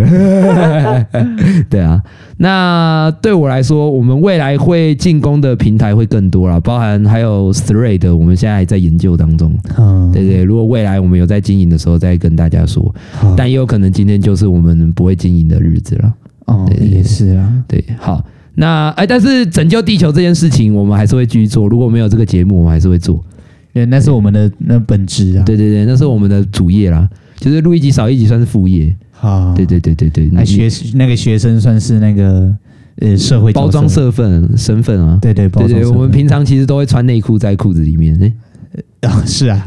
Speaker 1: 对啊，那对我来说，我们未来会进攻的平台会更多啦，包含还有 Thread，我们现在还在研究当中。
Speaker 2: 嗯，
Speaker 1: 对对，如果未来我们有在经营的时候，再跟大家说。
Speaker 2: 好，
Speaker 1: 但也有可能今天就是我们不会经营的日子了。
Speaker 2: 哦，
Speaker 1: 对对对
Speaker 2: 也是啊，
Speaker 1: 对，好，那哎，但是拯救地球这件事情，我们还是会继续做。如果没有这个节目，我们还是会做。
Speaker 2: 对，那是我们的那本质啊。
Speaker 1: 对对对，那是我们的主业啦，就是录一集少一集算是副业。
Speaker 2: 好，
Speaker 1: 对对对对对，
Speaker 2: 那
Speaker 1: 你
Speaker 2: 学那个学生算是那个呃社会角色
Speaker 1: 嗯包装，身份身份啊。
Speaker 2: 对对，包
Speaker 1: 对
Speaker 2: 装
Speaker 1: 对，
Speaker 2: 社
Speaker 1: 我们平常其实都会穿内裤在裤子里面。哎
Speaker 2: 啊是 啊，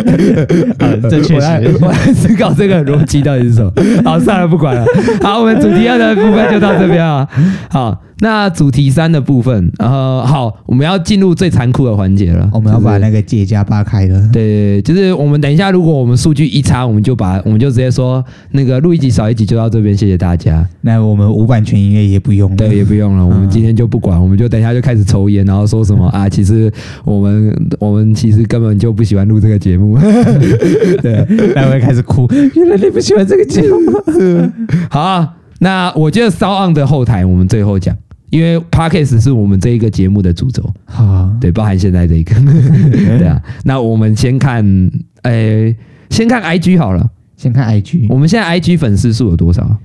Speaker 2: 啊这确
Speaker 1: 呃我来
Speaker 2: 实
Speaker 1: 我来思考这个逻辑到底是什么。好，算了，不管了。好，我们主题二的部分就到这边啊。好，那主题三的部分，然后好，我们要进入最残酷的环节了。
Speaker 2: 我们要把
Speaker 1: 就
Speaker 2: 那
Speaker 1: 是
Speaker 2: 个结痂扒开了。
Speaker 1: 对，就是我们等一下，如果我们数据一差，我们就把我们就直接说那个录一集少一集就到这边，谢谢大家。
Speaker 2: 那我们无版权音乐也不用了，
Speaker 1: 对，也不用了，我们
Speaker 2: 嗯
Speaker 1: 今天就不管，我们就等一下就开始抽烟，然后说什么啊？其实我们我们其实根本就不喜欢录这个节目。
Speaker 2: 那会开始哭。原来你不喜欢这个节目，
Speaker 1: 好啊、那我觉得骚 on 的后台我们最后讲，因为 podcast 是我们这一个节目的主轴，
Speaker 2: 好，
Speaker 1: 对，包含现在这一 个，对啊。那我们先看，呃诶、先看 IG 好了。
Speaker 2: 先看 IG，
Speaker 1: 我们现在 IG 粉丝数有多少啊？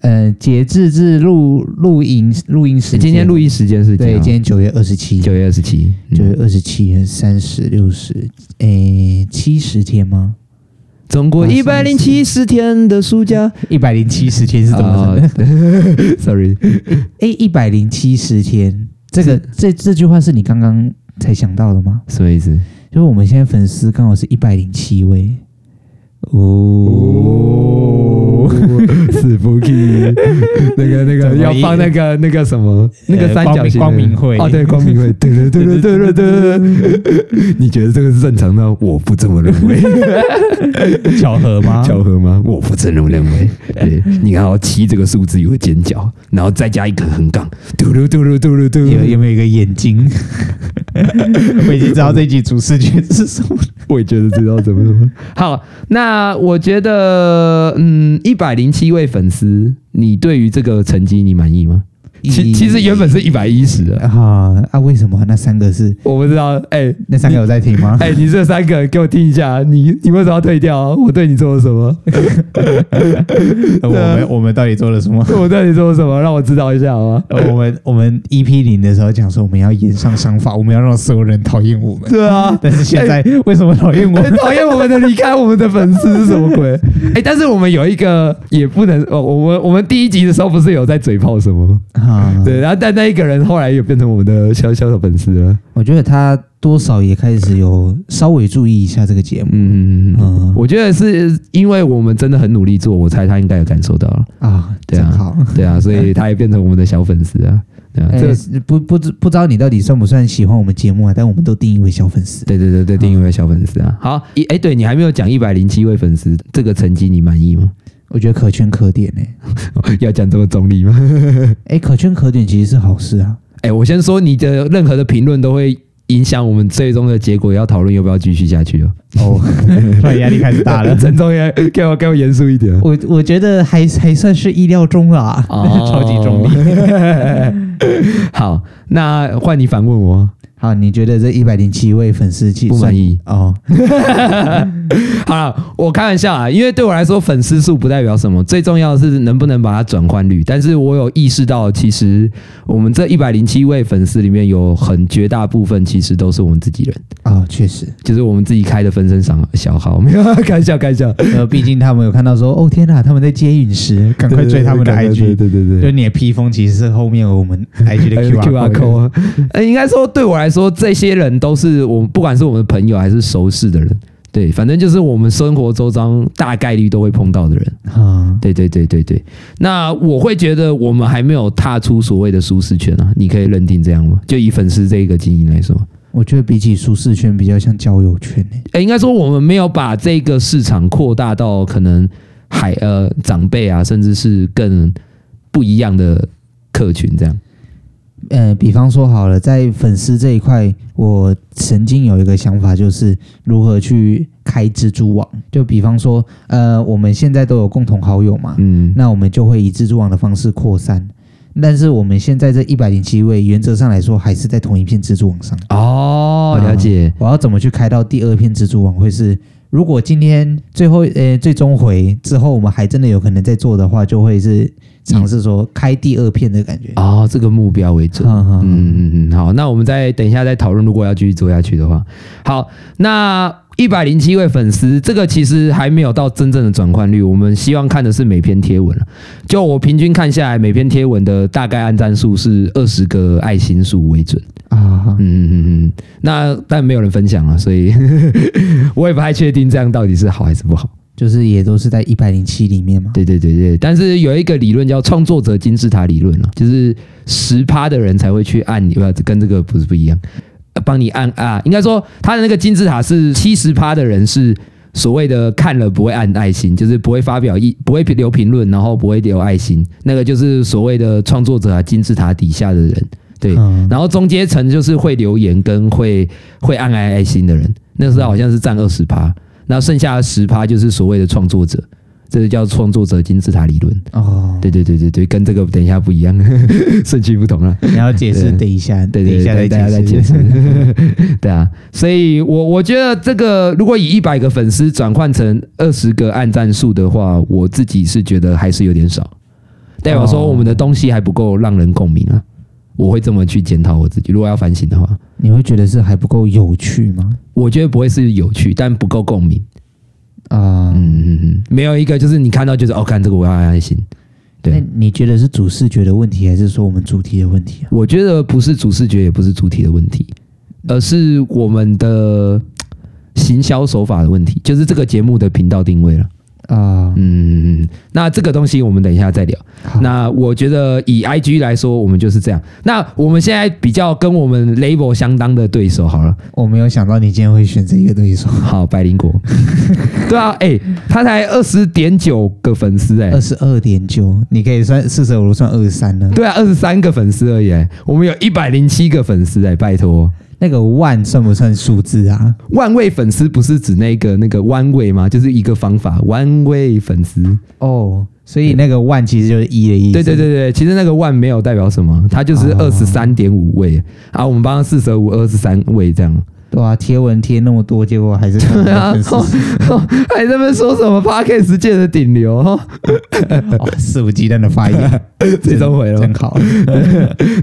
Speaker 2: 呃，截至至录录音录音时间，
Speaker 1: 诶今天录音时间是
Speaker 2: 对，今
Speaker 1: 今
Speaker 2: 天九月二十七，
Speaker 1: 九
Speaker 2: 九
Speaker 1: 月二十七，
Speaker 2: 月
Speaker 1: 嗯
Speaker 2: 二十七、三十六十，诶，七十天吗？
Speaker 1: 中国
Speaker 2: 啊
Speaker 1: 一百零七十天的暑假
Speaker 2: 一百零七十天是怎么的？
Speaker 1: 啊 ？Sorry，
Speaker 2: 诶，一百零七十天，这个这这句话是你刚刚才想到的吗？
Speaker 1: 什么意思？
Speaker 2: 就是我们现在粉丝刚好是一百零七位，哦
Speaker 1: 哦，， 死不 k 那个那
Speaker 2: 怎么
Speaker 1: 个
Speaker 2: 一
Speaker 1: 要放那个那个什么那个三角形的
Speaker 2: 光明光明会
Speaker 1: 哦，对，呃光明 会，对对对对对对对，你觉得这个是正常的？我不这么认为，
Speaker 2: 巧合吗？
Speaker 1: 巧合吗？我不这么认 为。对，你看哦，七这个数字有个尖角，然后再加一个横杠，嘟噜嘟噜嘟噜嘟
Speaker 2: 有
Speaker 1: 噜，
Speaker 2: 有没有一个眼睛？嗯 我已经知道这一集 主视觉是什么了。
Speaker 1: 我也觉得知道怎么怎么。好，那我觉得，嗯，一百零七位粉丝，你对于这个成绩你满意吗？其其实原本是一百一十的，
Speaker 2: 啊啊，为什么那三个是
Speaker 1: 我不知道。哎、
Speaker 2: 那三个有在听吗？
Speaker 1: 哎、你这三个给我听一下，你你为什么要退掉？我对你做了什么？
Speaker 2: 我们我们到底做了什 么？
Speaker 1: 我对你做了什么？让我知道一下好吗？
Speaker 2: 我们我们 EP 零的时候讲说我们要严上商法，我们要让所有人讨厌我们。
Speaker 1: 对 啊，
Speaker 2: 但是现在为什么讨厌我
Speaker 1: 很
Speaker 2: 们？
Speaker 1: 讨厌我们的离开我们的粉丝是什么鬼？哎、但是我们有一个也不能，哦，我们我们第一集的时候不是有在嘴炮什么？
Speaker 2: 啊，
Speaker 1: 对，然后但那一个人后来也变成我们的小小的粉丝了。
Speaker 2: 我觉得他多少也开始有稍微注意一下这个节目
Speaker 1: 嗯嗯
Speaker 2: 嗯
Speaker 1: 嗯，我觉得是因为我们真的很努力做，我猜他应该有感受到了。
Speaker 2: 啊，
Speaker 1: 对啊
Speaker 2: 真好。
Speaker 1: 对啊，所以他也变成我们的小粉丝啊。对啊，
Speaker 2: 哎
Speaker 1: 这个
Speaker 2: 不不知不知道你到底算不算喜欢我们节目啊？但我们都定义为小粉丝。
Speaker 1: 对对对
Speaker 2: 嗯
Speaker 1: 对，定义为小粉丝啊。好，一哎，对你还没有讲一百零七位粉丝这个成绩，你满意吗？
Speaker 2: 我觉得可圈可点呢、欸
Speaker 1: 要讲这么中立吗？
Speaker 2: 哎、可圈可点其实是好事啊。
Speaker 1: 哎，我先说，你的任何的评论都会影响我们最终的结果，要讨论要不要继续下去哦。
Speaker 2: 哦，突然压力开始 大
Speaker 1: 陈总也给我给我严肃一点。
Speaker 2: 我我觉得还还算是意料中啊哦啦， 超级中立。
Speaker 1: 立。 好，那换你反问我，
Speaker 2: 好，你觉得这一百零七位粉丝其实
Speaker 1: 不满意？
Speaker 2: 算哦？
Speaker 1: 好了，我开玩笑啊，因为对我来说，粉丝数不代表什么，最重要的是能不能把它转换率。但是我有意识到，其实我们这一百零七位粉丝里面有很绝大部分其实都是我们自己人，
Speaker 2: 哦，确实，
Speaker 1: 就是我们自己开的分身商小号，没有开玩笑，开玩笑，
Speaker 2: 呃，毕竟他们有看到说，哦天哪，他们在接陨石，赶快追他们的 IG。
Speaker 1: 对对对对
Speaker 2: 就
Speaker 1: 对。
Speaker 2: 你的披风其实是后面有我们 IG 的
Speaker 1: 还有
Speaker 2: QR
Speaker 1: QR code，
Speaker 2: code，
Speaker 1: 啊呃，应该说对我来说，这些人都是我们，不管是我们的朋友还是熟识的人，对，反正就是我们生活周遭大概率都会碰到的人。
Speaker 2: 啊，
Speaker 1: 对对对对对，那我会觉得我们还没有踏出所谓的舒适圈啊，你可以认定这样吗？就以粉丝这个经营来说，
Speaker 2: 我觉得比起舒适圈比较像交友圈欸诶、
Speaker 1: 诶，应该说我们没有把这个市场扩大到可能海呃长辈啊，甚至是更不一样的客群这样。
Speaker 2: 呃，比方说好了，在粉丝这一块，我曾经有一个想法，就是如何去开蜘蛛网。就比方说，呃，我们现在都有共同好友嘛，
Speaker 1: 嗯，
Speaker 2: 那我们就会以蜘蛛网的方式扩散。但是我们现在这一百零七位，原则上来说还是在同一片蜘蛛网上。
Speaker 1: 哦，了解。
Speaker 2: 嗯我要怎么去开到第二片蜘蛛网？会是如果今天最后呃最终回之后，我们还真的有可能在做的话，就会是尝试说开第二片的感觉。
Speaker 1: 哦，这个目标为准。
Speaker 2: 哈哈
Speaker 1: 嗯嗯嗯，好，那我们再等一下再讨论，如果要继续做下去的话，好，那一百零七位粉丝，这个其实还没有到真正的转换率，我们希望看的是每篇贴文了。就我平均看下来，每篇贴文的大概按赞数是二十个爱心数为准。
Speaker 2: 啊
Speaker 1: 嗯嗯嗯嗯，那但没有人分享啊，所以 我也不太确定这样到底是好还是不好。
Speaker 2: 就是也都是在一百零七里面嘛。
Speaker 1: 对对对对，但是有一个理论叫创作者金字塔理论啊，就是十趴的人才会去按你，不跟这个不是不一样，呃帮你按啊，应该说他的那个金字塔是七十趴的人是。所谓的看了不会按爱心，就是不会发表意，不会留评论，然后不会留爱心，那个就是所谓的创作者啊，金字塔底下的人。对，
Speaker 2: 嗯
Speaker 1: 然后中阶层就是会留言跟会会按爱爱心的人，那时候好像是占二十趴，那剩下十趴就是所谓的创作者，这个叫创作者金字塔理论。
Speaker 2: 哦，
Speaker 1: 对对对对对，跟这个等一下不一样， 顺序不同啊。
Speaker 2: 你要解释，
Speaker 1: 对
Speaker 2: 等一下，
Speaker 1: 对
Speaker 2: 等
Speaker 1: 对
Speaker 2: 一下
Speaker 1: 对，大家再
Speaker 2: 再
Speaker 1: 解
Speaker 2: 解
Speaker 1: 释
Speaker 2: 释。。
Speaker 1: 对啊，所以我我觉得这个如果以一百个粉丝转换成二十个按赞数的话，我自己是觉得还是有点少。代表说
Speaker 2: 哦
Speaker 1: 我们的东西还不够让人共鸣啊。我会这么去检讨我自己，如果要反省的话，
Speaker 2: 你会觉得是还不够有趣吗？
Speaker 1: 我觉得不会是有趣，但不够共鸣。
Speaker 2: 啊、
Speaker 1: 嗯嗯嗯，没有一个就是你看到就是哦，看这个我要安心。对
Speaker 2: 那你觉得是主视觉的问题，还是说我们主题的问题啊？
Speaker 1: 我觉得不是主视觉，也不是主体的问题，而是我们的行销手法的问题，就是这个节目的频道定位了。
Speaker 2: 啊、
Speaker 1: 嗯，那这个东西我们等一下再聊。
Speaker 2: 好
Speaker 1: 那我觉得以 IG 来说，我们就是这样。那我们现在比较跟我们 label 相当的对手好了，
Speaker 2: 我没有想到你今天会选这一个对手，
Speaker 1: 好，百灵果。对啊，哎、他才二十点九个粉丝哎、
Speaker 2: 二十二点九，你可以算四舍五入算二十三了。
Speaker 1: 对啊，二十三个粉丝而已、哎我们有一百零七个粉丝哎、拜托，
Speaker 2: 那个万算不算数字啊？
Speaker 1: 万位粉丝不是指那个那个弯位吗？就是一个方法，弯位粉丝。
Speaker 2: 哦，所以那个万其实就是一的意思。
Speaker 1: 对对对对，其实那个万没有代表什么，它就是
Speaker 2: 哦
Speaker 1: 二十三点五位啊，我们帮他四舍五二十三位这样。
Speaker 2: 对啊，贴文贴那么多，结果还是看不到粉丝
Speaker 1: 还在那边说什么 Parkes 界的顶流，
Speaker 2: 哦肆无忌惮的发 言，
Speaker 1: 最终回了
Speaker 2: 真。好。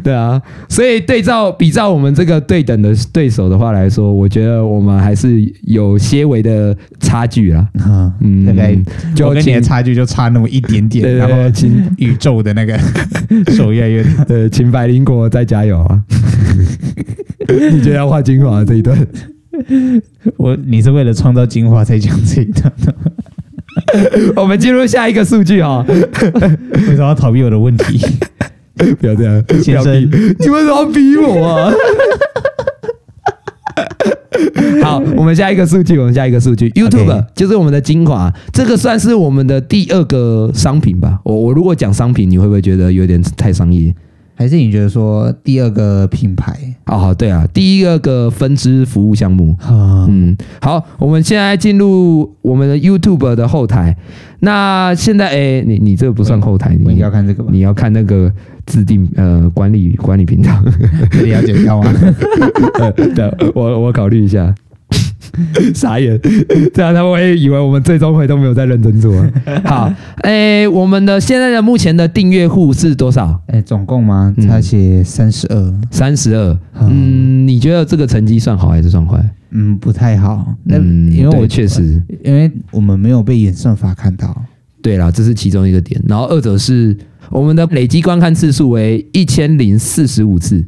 Speaker 1: 对啊，所以对照比照我们这个对等的对手的话来说，我觉得我们还是有些微的差距啦。
Speaker 2: 啊，
Speaker 1: 嗯
Speaker 2: 大概
Speaker 1: 就
Speaker 2: 我跟你的
Speaker 1: 请
Speaker 2: 差距就差那么一点
Speaker 1: 对
Speaker 2: 点，
Speaker 1: 对
Speaker 2: 然后
Speaker 1: 对， 请
Speaker 2: 宇宙的那个 手越来越大。
Speaker 1: 对请百灵果再加油啊！ 你觉得要画精华这一段？
Speaker 2: 我你是为了创造精华才讲这一段，
Speaker 1: 我们进入下一个数据啊哈、
Speaker 2: 为什么要逃避我的问 题？
Speaker 1: 不要这样，不
Speaker 2: 先
Speaker 1: 要逼，
Speaker 2: 生
Speaker 1: 你为什么要逼我啊？ 好，我们下一个数据，我们下一个数据，YouTube、
Speaker 2: OK
Speaker 1: 就是我们的精华，这个算是我们的第二个商品吧。我我如果讲商品，你会不会觉得有点太商业？
Speaker 2: 还是你觉得说第二个品牌
Speaker 1: 哦，好，对啊，第一个个分支服务项目。
Speaker 2: 啊？
Speaker 1: 嗯，好，我们现在进入我们的 YouTube 的后台。那现在，哎、你你这个不算后台，
Speaker 2: 我应
Speaker 1: 你
Speaker 2: 该要看这个吧？
Speaker 1: 你要看那个制定呃管理管理频 道。
Speaker 2: 这里要剪掉吗？
Speaker 1: 呃对，我我考虑一下。 傻眼，这样他们会以为我们最终回都没有在认真 做。好，诶、我们的现在的目前的订阅户是多少？
Speaker 2: 哎，总共吗？
Speaker 1: 嗯
Speaker 2: 他写三十二，
Speaker 1: 三十二。嗯，你觉得这个成绩算好还是算坏？
Speaker 2: 嗯，不太好。那
Speaker 1: 嗯，
Speaker 2: 因为
Speaker 1: 对
Speaker 2: 我
Speaker 1: 确，实，
Speaker 2: 因为我们没有被演算法看到。
Speaker 1: 对啦，这是其中一个点。然后二者是我们的累积观看次数为一千零四十五次。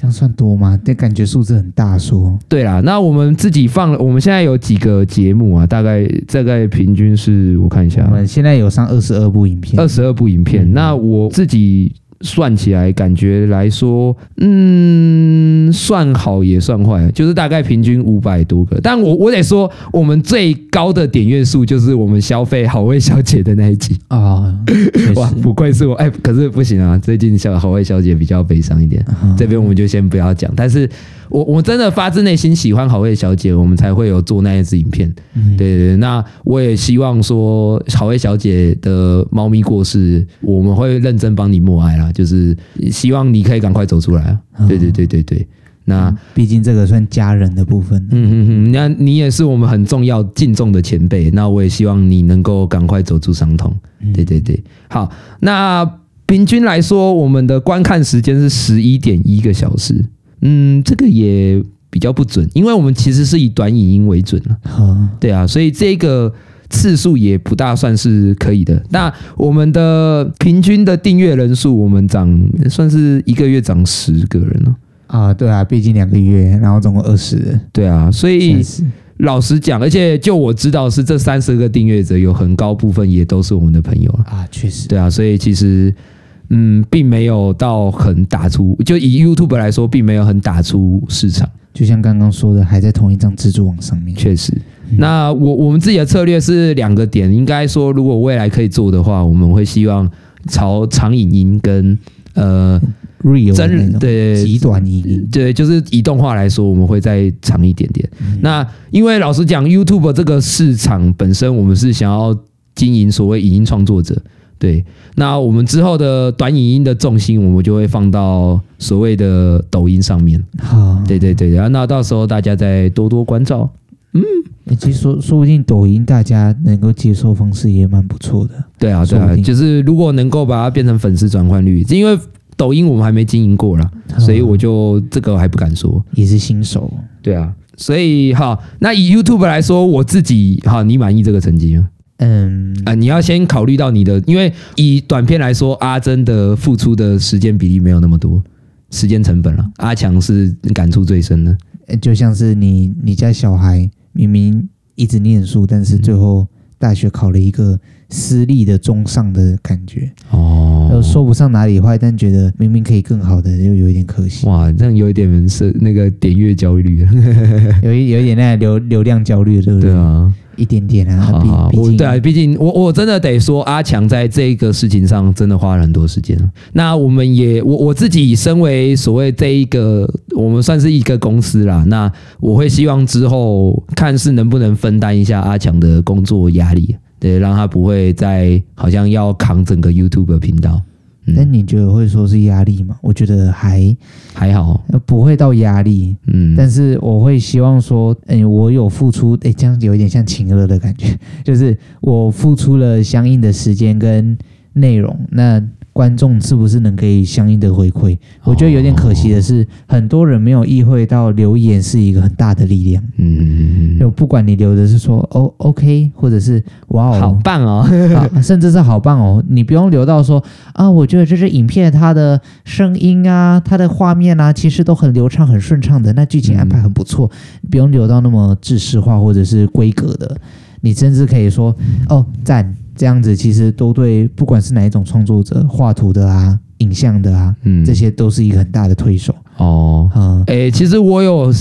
Speaker 2: 这样算多吗？但感觉数字很大说，
Speaker 1: 对啦，那我们自己放了，我们现在有几个节目啊？大概大概平均是我看一下，
Speaker 2: 我们现在有上二十二部影片
Speaker 1: 二，十二部影片。
Speaker 2: 嗯
Speaker 1: 那我自己算起来，感觉来说，嗯，算好也算坏，就是大概平均五百多个。但我我得说，我们最高的点阅数就是我们消费好味小姐的那一集。
Speaker 2: 啊，确
Speaker 1: 哇，
Speaker 2: 实，
Speaker 1: 不愧是我哎、可是不行啊，最近小好味小姐比较悲伤一点。
Speaker 2: 啊
Speaker 1: 这边我们就先不要讲，但是我我真的发自内心喜欢好味小姐，我们才会有做那一支影片。
Speaker 2: 嗯
Speaker 1: 对对对，那我也希望说，好味小姐的猫咪过世，我们会认真帮你默哀啦，就是希望你可以赶快走出来啊。
Speaker 2: 嗯
Speaker 1: 对对对对对，那
Speaker 2: 毕竟这个算家人的部分，
Speaker 1: 嗯嗯嗯，那你也是我们很重要敬重的前辈，那我也希望你能够赶快走出伤痛。
Speaker 2: 嗯
Speaker 1: 对对对，好，那平均来说，我们的观看时间是十一点一个小时，嗯，这个也比较不准，因为我们其实是以短影音为准了。
Speaker 2: 啊，
Speaker 1: 对啊，所以这个次数也不大算是可以的。那我们的平均的订阅人数，我们涨算是一个月涨十个人哦了、
Speaker 2: 啊，对啊，毕竟两个月，然后总共二十人，
Speaker 1: 对啊，所以
Speaker 2: 三十
Speaker 1: 老实讲，而且就我知道是这三十个订阅者有很高部分也都是我们的朋友了。
Speaker 2: 啊，确实，
Speaker 1: 对啊，所以其实嗯，并没有到很打出，就以 YouTube 来说，并没有很打出市场。
Speaker 2: 就像刚刚说的，还在同一张蜘蛛网上面，
Speaker 1: 确实，
Speaker 2: 嗯
Speaker 1: 那我我们自己的策略是两个点，应该说，如果未来可以做的话，我们会希望朝长影音跟呃
Speaker 2: real
Speaker 1: 真
Speaker 2: 的
Speaker 1: 人
Speaker 2: 那种
Speaker 1: 对
Speaker 2: 极短影音，
Speaker 1: 对，就是移动化来说，我们会再长一点点。
Speaker 2: 嗯
Speaker 1: 那因为老实讲，YouTube 这个市场本身，我们是想要经营所谓影音创作者。对，那我们之后的短影音的重心，我们就会放到所谓的抖音上面。
Speaker 2: 好，
Speaker 1: 啊对对对，然后那到时候大家再多多关照。
Speaker 2: 欸其实说说不定抖音大家能够接受方式也蛮不错的。
Speaker 1: 对啊，对
Speaker 2: 说不
Speaker 1: 啊，
Speaker 2: 定
Speaker 1: 就是如果能够把它变成粉丝转换率，因为抖音我们还没经营过啦，
Speaker 2: 嗯
Speaker 1: 所以我就这个还不敢说。
Speaker 2: 也是新手，
Speaker 1: 对啊，所以好，那以 YouTube 来说，我自己好，你满意这个成绩吗？
Speaker 2: 嗯，
Speaker 1: 啊、你要先考虑到你的，因为以短片来说，阿珍的付出的时间比例没有那么多，时间成本了。阿强是感触最深的，
Speaker 2: 呃就像是你你家小孩明明一直念书，但是最后大学考了一个私立的中上的感觉，
Speaker 1: 哦
Speaker 2: 呃，说不上哪里坏，但觉得明明可以更好的，又有一点可惜，
Speaker 1: 哇，这样有一点是那个点阅焦虑了，
Speaker 2: 有一有一点那流流量焦虑，对不对？
Speaker 1: 对啊。
Speaker 2: 一点点
Speaker 1: 好
Speaker 2: 啊，
Speaker 1: 好，
Speaker 2: 毕毕
Speaker 1: 我
Speaker 2: 竟
Speaker 1: 对啊，毕竟我我真的得说，阿强在这个事情上真的花了很多时间。那我们也我我自己身为所谓这一个，我们算是一个公司啦。那我会希望之后看是能不能分担一下阿强的工作压力，对，让他不会再好像要扛整个 YouTube 频道。嗯，
Speaker 2: 但你觉得会说是压力吗？我觉得还
Speaker 1: 还好，
Speaker 2: 呃不会到压力，
Speaker 1: 嗯，
Speaker 2: 但是我会希望说，哎、我有付出，哎、这样有一点像情乐的感觉， 就是我付出了相应的时间跟内容，那观众是不是能给予相应的回馈？我觉得有点可惜的
Speaker 1: 哦
Speaker 2: 是，很多人没有意会到留言是一个很大的力量。
Speaker 1: 嗯，
Speaker 2: 就不管你留的是说哦 OK，或者是哇哦
Speaker 1: 好棒哦，
Speaker 2: 啊，甚至是好棒哦！你不用留到说啊，我觉得这支影片它的声音啊、它的画面啊，其实都很流畅、很顺畅的，那剧情安排很不错，不用留到那么制式化或者是规格的。你甚至可以说哦，赞！这样子其实都对，不管是哪一种创作者，画图的啊、影像的啊，
Speaker 1: 嗯，
Speaker 2: 这些都是一个很大的推手
Speaker 1: 哦，
Speaker 2: 啊。
Speaker 1: 诶、其实我有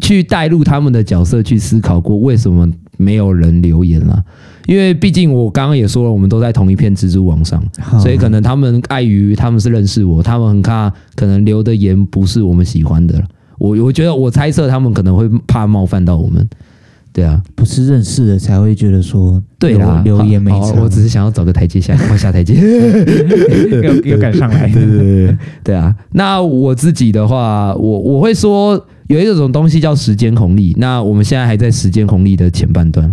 Speaker 1: 去带入他们的角色去思考过，为什么没有人留言啦、因为毕竟我刚刚也说了，我们都在同一片蜘蛛网上，
Speaker 2: 啊
Speaker 1: 所以可能他们碍于他们是认识我，他们很怕可能留的言不是我们喜欢的啦我我觉得我猜测他们可能会怕冒犯到我们，对啊，
Speaker 2: 不是认识的才会觉得说
Speaker 1: 对啦，
Speaker 2: 留留言没
Speaker 1: 好好
Speaker 2: 差，
Speaker 1: 我只是想要找个台阶下，快下台阶。
Speaker 2: 又又赶上 来。
Speaker 1: 对对对 对啊！那我自己的话，我我会说有一种东西叫时间红利。那我们现在还在时间红利的前半段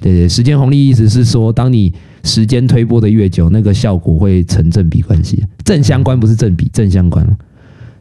Speaker 1: 对对，时间红利意思是说，当你时间推波的越久，那个效果会成正比关系，正相关不是正比，正相关。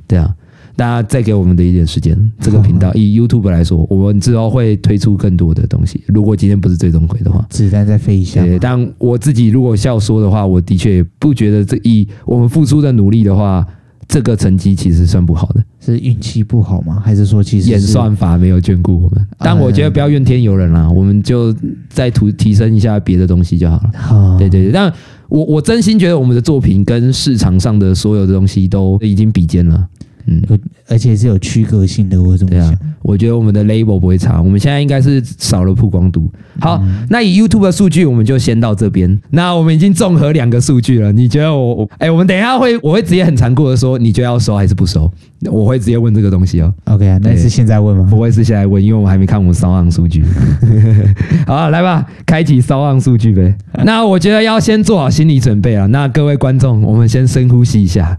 Speaker 1: 对啊，大家再给我们的一点时间，这个频 道以 YouTube 来说，我们之后会推出更多的东西。如果今天不是最终回的话，
Speaker 2: 子弹在飞翔
Speaker 1: 对，但我自己如果笑说的话，我的确不觉得这以我们付出的努力的话，这个成绩其实算不好的，
Speaker 2: 是运气不好吗？还是说其实是
Speaker 1: 演算法没有眷顾我们。但我觉得不要怨天尤人
Speaker 2: 嗯
Speaker 1: 啦，我们就再图提升一下别的东西就好了。
Speaker 2: 啊？
Speaker 1: 对对对，但我我真心觉得我们的作品跟市场上的所有的东西都已经比肩了。嗯，
Speaker 2: 而且是有区隔性的，我这么
Speaker 1: 对啊
Speaker 2: 想。，
Speaker 1: 我觉得我们的 label 不会差，我们现在应该是少了曝光度。好，那以 YouTube 的数据，我们就先到这边。那我们已经综合两个数据了，你觉得我我哎、我们等一下会，我会直接很残酷的说，你觉得要收还是不收？我会直接问这个东西哦，
Speaker 2: OK 啊，那
Speaker 1: 对
Speaker 2: 是现在问吗
Speaker 1: 不？会是现在问，因为我们还没看我们骚浪数据。好啊，来吧，开启骚浪数据呗。那我觉得要先做好心理准备啊。那各位观众，我们先深呼吸一下。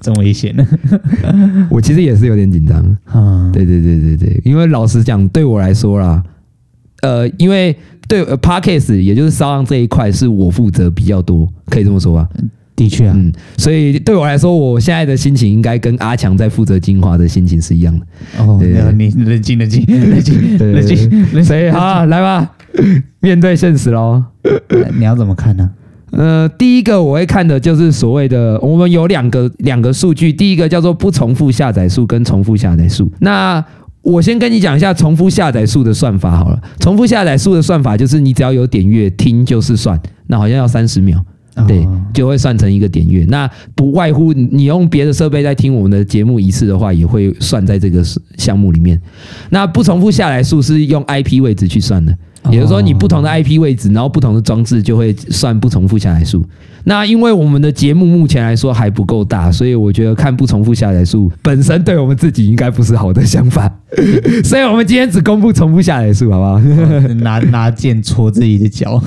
Speaker 2: 真危 险
Speaker 1: 我其实也是有点紧张。
Speaker 2: 啊！
Speaker 1: 对对对对对，因为老实讲，对我来说啦，呃，因为对呃 Parkes 也就是骚浪这一块是我负责比较多，可以这么说吧。
Speaker 2: 的确啊，
Speaker 1: 嗯，所以对我来说，我现在的心情应该跟阿强在负责精华的心情是一样的。
Speaker 2: 哦，
Speaker 1: 对
Speaker 2: 那你冷静冷静冷静
Speaker 1: 对啊
Speaker 2: 冷静冷
Speaker 1: 所
Speaker 2: 静，啊
Speaker 1: 以好，来吧，面对现实喽。
Speaker 2: 你要怎么看呢？
Speaker 1: 呃，第一个我会看的就是所谓的，我们有两个两个数据，第一个叫做不重复下载数跟重复下载数。那我先跟你讲一下重复下载数的算法好了。重复下载数的算法就是你只要有点阅听就是算，那好像要三十秒， 对
Speaker 2: 哦，
Speaker 1: 就会算成一个点阅。那不外乎你用别的设备在听我们的节目一次的话，也会算在这个项目里面。那不重复下载数是用 IP 位置去算的。也就是说，你不同的 IP 位置，然后不同的装置就会算不重复下载数。那因为我们的节目目前来说还不够大，所以我觉得看不重复下载数本身对我们自己应该不是好的想法， 所以我们今天只公布重复下载数，好不好？
Speaker 2: 哦拿拿剑戳自己的脚，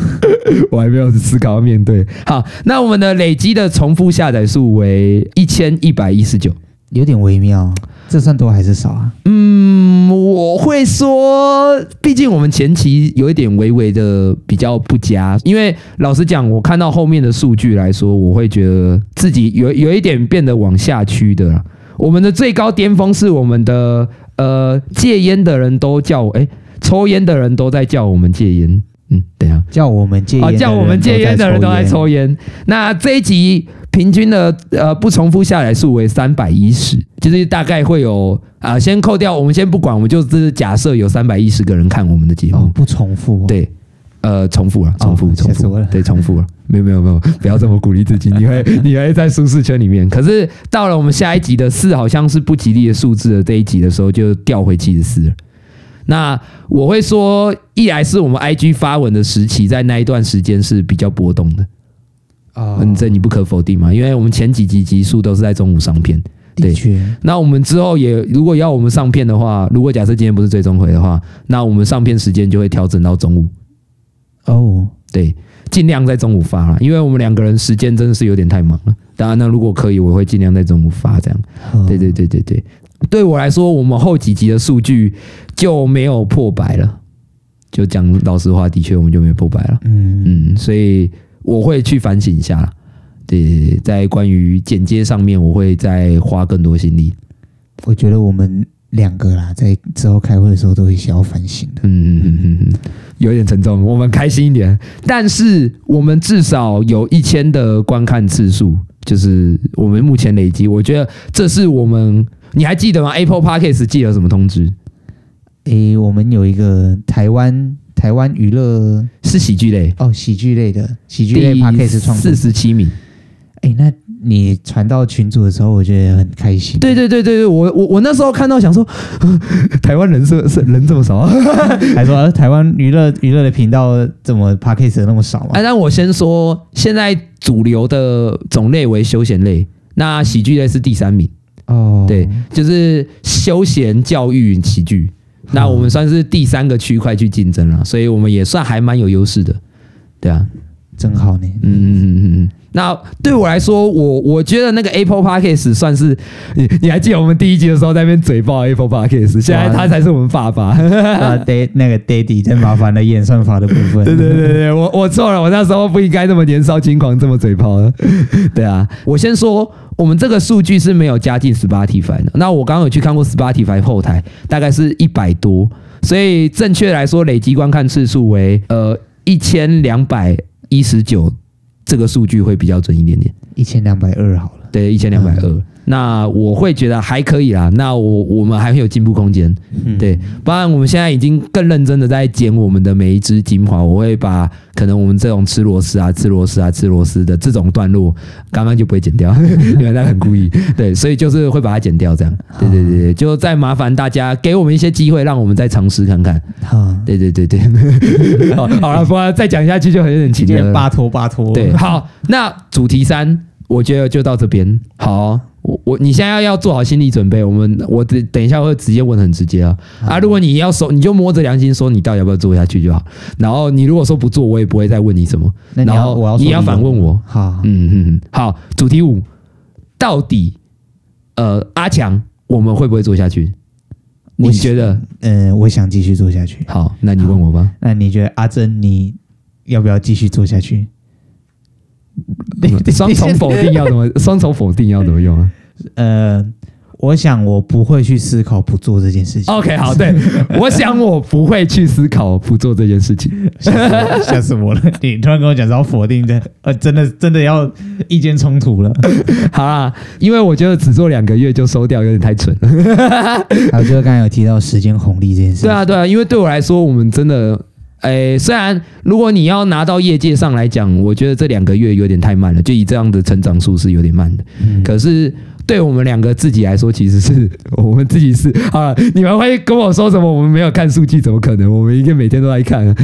Speaker 1: 我还没有思考要面对。好，那我们的累积的重复下载数为一千一百一十九，
Speaker 2: 有点微妙，这算多还是少啊？
Speaker 1: 嗯，我会说，毕竟我们前期有一点微微的比较不佳，因为老实讲，我看到后面的数据来说，我会觉得自己有有一点变得往下趋的了。我们的最高巅峰是我们的呃戒烟的人都叫我，哎、抽烟的人都在叫我们戒烟。嗯，等一下，
Speaker 2: 叫我们戒烟
Speaker 1: 啊，
Speaker 2: 的人都在抽烟，
Speaker 1: 叫我们戒烟的人都在抽烟。那这一集平均的呃不重复下来数为三百一十，就是大概会有啊、先扣掉，我们先不管，我们就是假设有三百一十个人看我们的节目，
Speaker 2: 哦，不重复、哦，，
Speaker 1: 对。呃，重复了，重复，
Speaker 2: 哦
Speaker 1: 重
Speaker 2: 吓死
Speaker 1: 复
Speaker 2: 我了
Speaker 1: 对，重复了，没有，没有，没有，不要这么鼓励自己，你会，你会在舒适圈里面。可是到了我们下一集的四，好像是不吉利的数字的这一集的时候，就掉回七十四了。那我会说，一来是我们 IG 发文的时期，在那一段时间是比较波动的，
Speaker 2: 啊、
Speaker 1: 嗯，这你不可否定嘛，因为我们前几集集数都是在中午上片。对
Speaker 2: 的确，
Speaker 1: 那我们之后也如果要我们上片的话，如果假设今天不是最终回的话，那我们上片时间就会调整到中午，
Speaker 2: 哦，
Speaker 1: 对，尽量在中午发啦，因为我们两个人时间真的是有点太忙了。当然，那如果可以，我会尽量在中午发这样。
Speaker 2: 嗯
Speaker 1: 对对对对对，对我来说，我们后几集的数据就没有破百了。就讲老实话，的确我们就没有破百了。
Speaker 2: 嗯，
Speaker 1: 嗯，所以我会去反省一下啦。对对，对在关于剪接上面，我会再花更多心力。
Speaker 2: 我觉得我们两个啦，在之后开会的时候都会想要反省的。
Speaker 1: 嗯嗯嗯嗯嗯，有点沉重，我们开心一点。但是我们至少有一千的观看次数，就是我们目前累积，我觉得这是我们。你还记得吗？Apple Podcast 寄了什么通知？
Speaker 2: 诶，我们有一个台湾台湾娱乐
Speaker 1: 是喜剧类，
Speaker 2: 哦喜剧类的喜剧类 p o d c
Speaker 1: 第
Speaker 2: a s 创作
Speaker 1: 四，十七名。
Speaker 2: 诶，那你传到群组的时候，我觉得很开心。
Speaker 1: 对对对对对，我我我那时候看到想说，台湾人是是人这么少啊，
Speaker 2: 还说、呃、台湾娱乐娱乐的频道怎么 p o d c a s 那么少嘛？
Speaker 1: 哎、啊，但我先说，现在主流的种类为休闲类，那喜剧类是第三名，
Speaker 2: 哦，
Speaker 1: 对，就是休闲教育喜剧。那我们算是第三个区块去竞争了，所以我们也算还蛮有优势的，对啊，
Speaker 2: 真好 呢。
Speaker 1: 嗯嗯嗯嗯嗯。那对我来说，我我觉得那个 Apple Podcast 算是你你还记得我们第一集的时候在那边嘴爆 Apple Podcast，现在它才是我们爸爸。
Speaker 2: 啊，Dad 那个 Daddy 真麻烦了演算法的部分。
Speaker 1: 对对对对，我我错了，我那时候不应该这么年少轻狂，这么嘴炮的。对啊，我先说，我们这个数据是没有加进 Spotify 的。那我刚刚有去看过 Spotify 后台，大概是一百多，所以正确来说，累积观看次数为呃一千两百一十九，这个数据会比较准一点点。
Speaker 2: 一千两百二好了。
Speaker 1: 对，一千两百二。那我会觉得还可以啦，那我我们还会有进步空间。
Speaker 2: 嗯
Speaker 1: 对，不然我们现在已经更认真的在剪我们的每一支精华，我会把可能我们这种吃螺丝啊、吃螺丝啊、吃螺丝的这种段落，刚刚就不会剪掉， 因为那很故意。对，所以就是会把它剪掉，这样。对对对对，就再麻烦大家给我们一些机会，让我们再尝试看看。
Speaker 2: 哈，
Speaker 1: 对对对对，好，好了，不然再讲下去就很有点
Speaker 2: 今
Speaker 1: 情
Speaker 2: 天
Speaker 1: 了。
Speaker 2: 巴托巴托。
Speaker 1: 对，好，那主题三，我觉得就到这边。好、哦我我你现在要做好心理准备，我们我等等一下会直接问很直接啊啊！如果你要说，你就摸着良心说你到底要不要做下去就好。然后你如果说不做，我也不会再问你什么。
Speaker 2: 那你
Speaker 1: 然
Speaker 2: 要
Speaker 1: 后
Speaker 2: 我要
Speaker 1: 你
Speaker 2: 说
Speaker 1: 要
Speaker 2: 理由
Speaker 1: 反问我，
Speaker 2: 好，
Speaker 1: 嗯嗯嗯，好，主题五，到底呃阿强我们会不会做下去？你
Speaker 2: 我
Speaker 1: 觉得
Speaker 2: 嗯，我想继续做下去。
Speaker 1: 好？那你问 我吧。
Speaker 2: 那你觉得阿珍，你要不要继续做下去？
Speaker 1: 嗯双重否定要怎 么？双重否定要怎么用啊？
Speaker 2: 呃，我想我不会去思考不做这件事情。
Speaker 1: OK，好，对，我想我不会去思考不做这件事情。
Speaker 2: 吓死我了吓死我了！你突然跟我讲要否定的，呃，真的真的要意见冲突 了。
Speaker 1: 好啦，因为我觉得只做两个月就收掉有点太蠢了。
Speaker 2: 还有就是刚才有提到时间红利这件事，
Speaker 1: 对啊，对啊，因为对我来说，我们真的，诶，虽然如果你要拿到业界上来讲，我觉得这两个月有点太慢了，就以这样的成长速是有点慢的。
Speaker 2: 嗯
Speaker 1: 可是对我们两个自己来说，其实是我们自己是好了，你们会跟我说什么？我们没有看数据，怎么可能？我们应该每天都在看、 啊。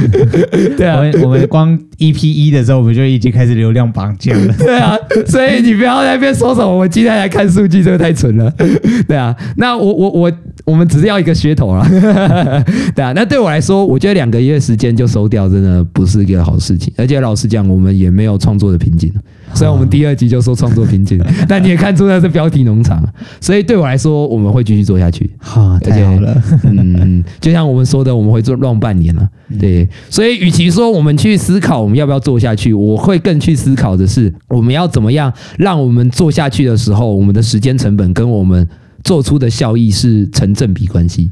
Speaker 1: 对啊
Speaker 2: 我，们我们光 EP 一的时候，我们就已经开始流量榜架了。
Speaker 1: 对啊，所以你不要在那边说什么我今天来看数据，这个太蠢了。 对啊，那我我我我们只是要一个噱头啦。 对啊，那对我来说，我觉得两个月时间就收掉，真的不是一个好事情。而且老实讲，我们也没有创作的瓶颈，虽然我们第二集就说创作瓶颈，但你也看出那是标题农场，所以对我来说，我们会继续做下去。
Speaker 2: 好，太好了，
Speaker 1: 嗯，就像我们说的，我们会做乱半年了，对，所以与其说我们去思考我们要不要做下去，我会更去思考的是我们要怎么样让我们做下去的时候，我们的时间成本跟我们做出的效益是成正比关系。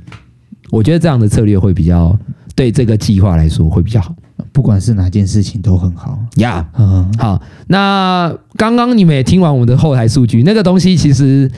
Speaker 1: 我觉得这样的策略会比较对这个计划来说会比较好
Speaker 2: 不管是哪件事情都很好。
Speaker 1: 呀。Yeah
Speaker 2: 嗯，
Speaker 1: 好，那刚刚你们也听完我们的后台数据，那个东西其实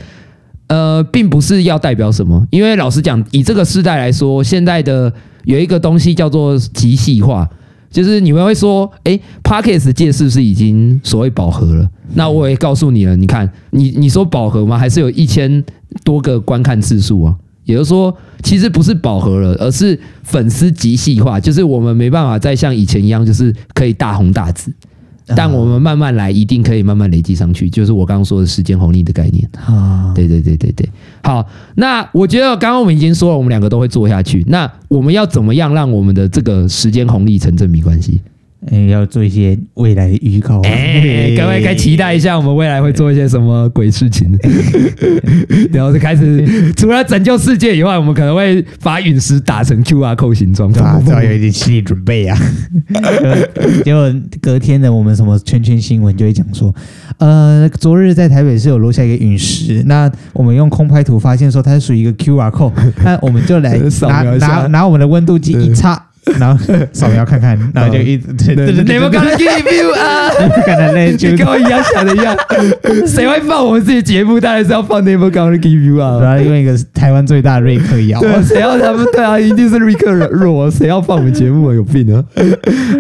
Speaker 1: 呃，并不是要代表什么，因为老实讲，以这个时代来说，现在的有一个东西叫做极细化。就是你们会说，哎、p o c k e t 界是不是已经所谓饱和了？那我也告诉你了，你看，你你说饱和吗？还是有一千多个观看次数啊？也就是说，其实不是饱和了，而是粉丝极细化，就是我们没办法再像以前一样，就是可以大红大紫。但我们慢慢来，一定可以慢慢累积上去。就是我刚刚说的时间红利的概念。
Speaker 2: 啊，
Speaker 1: 对对对对对，好，那我觉得刚刚我们已经说了，我们两个都会做下去。那我们要怎么样让我们的这个时间红利成正比关系？
Speaker 2: 哎，要做一些未来的预告啊。
Speaker 1: 哎，各位该期待一下，我们未来会做一些什么鬼事 情。然后就开始，除了拯救世界以外，我们可能会把陨石打成 QR code 形状。
Speaker 2: 对吧？至少有一点心理准备啊。结果隔天的我们什么圈圈新闻就会讲说，呃，昨日在台北市有落下一个陨石，那我们用空拍图发现说它是属于一个 QR code，那我们就来
Speaker 1: 扫
Speaker 2: 拿
Speaker 1: 描一下
Speaker 2: 拿拿我们的温度计一插，然后扫描看看，然后就一直对对对，
Speaker 1: 你们刚刚 give you 啊！
Speaker 2: 看到那就
Speaker 1: 就跟我一样想的一样，谁会放我们自己节目？当然是要放 Never Gonna Give You 啊！
Speaker 2: 然后用一个台湾最大的瑞克摇，
Speaker 1: 对，谁要他们？对啊，一定是 Rick 弱，谁要放我们节目啊？有病啊！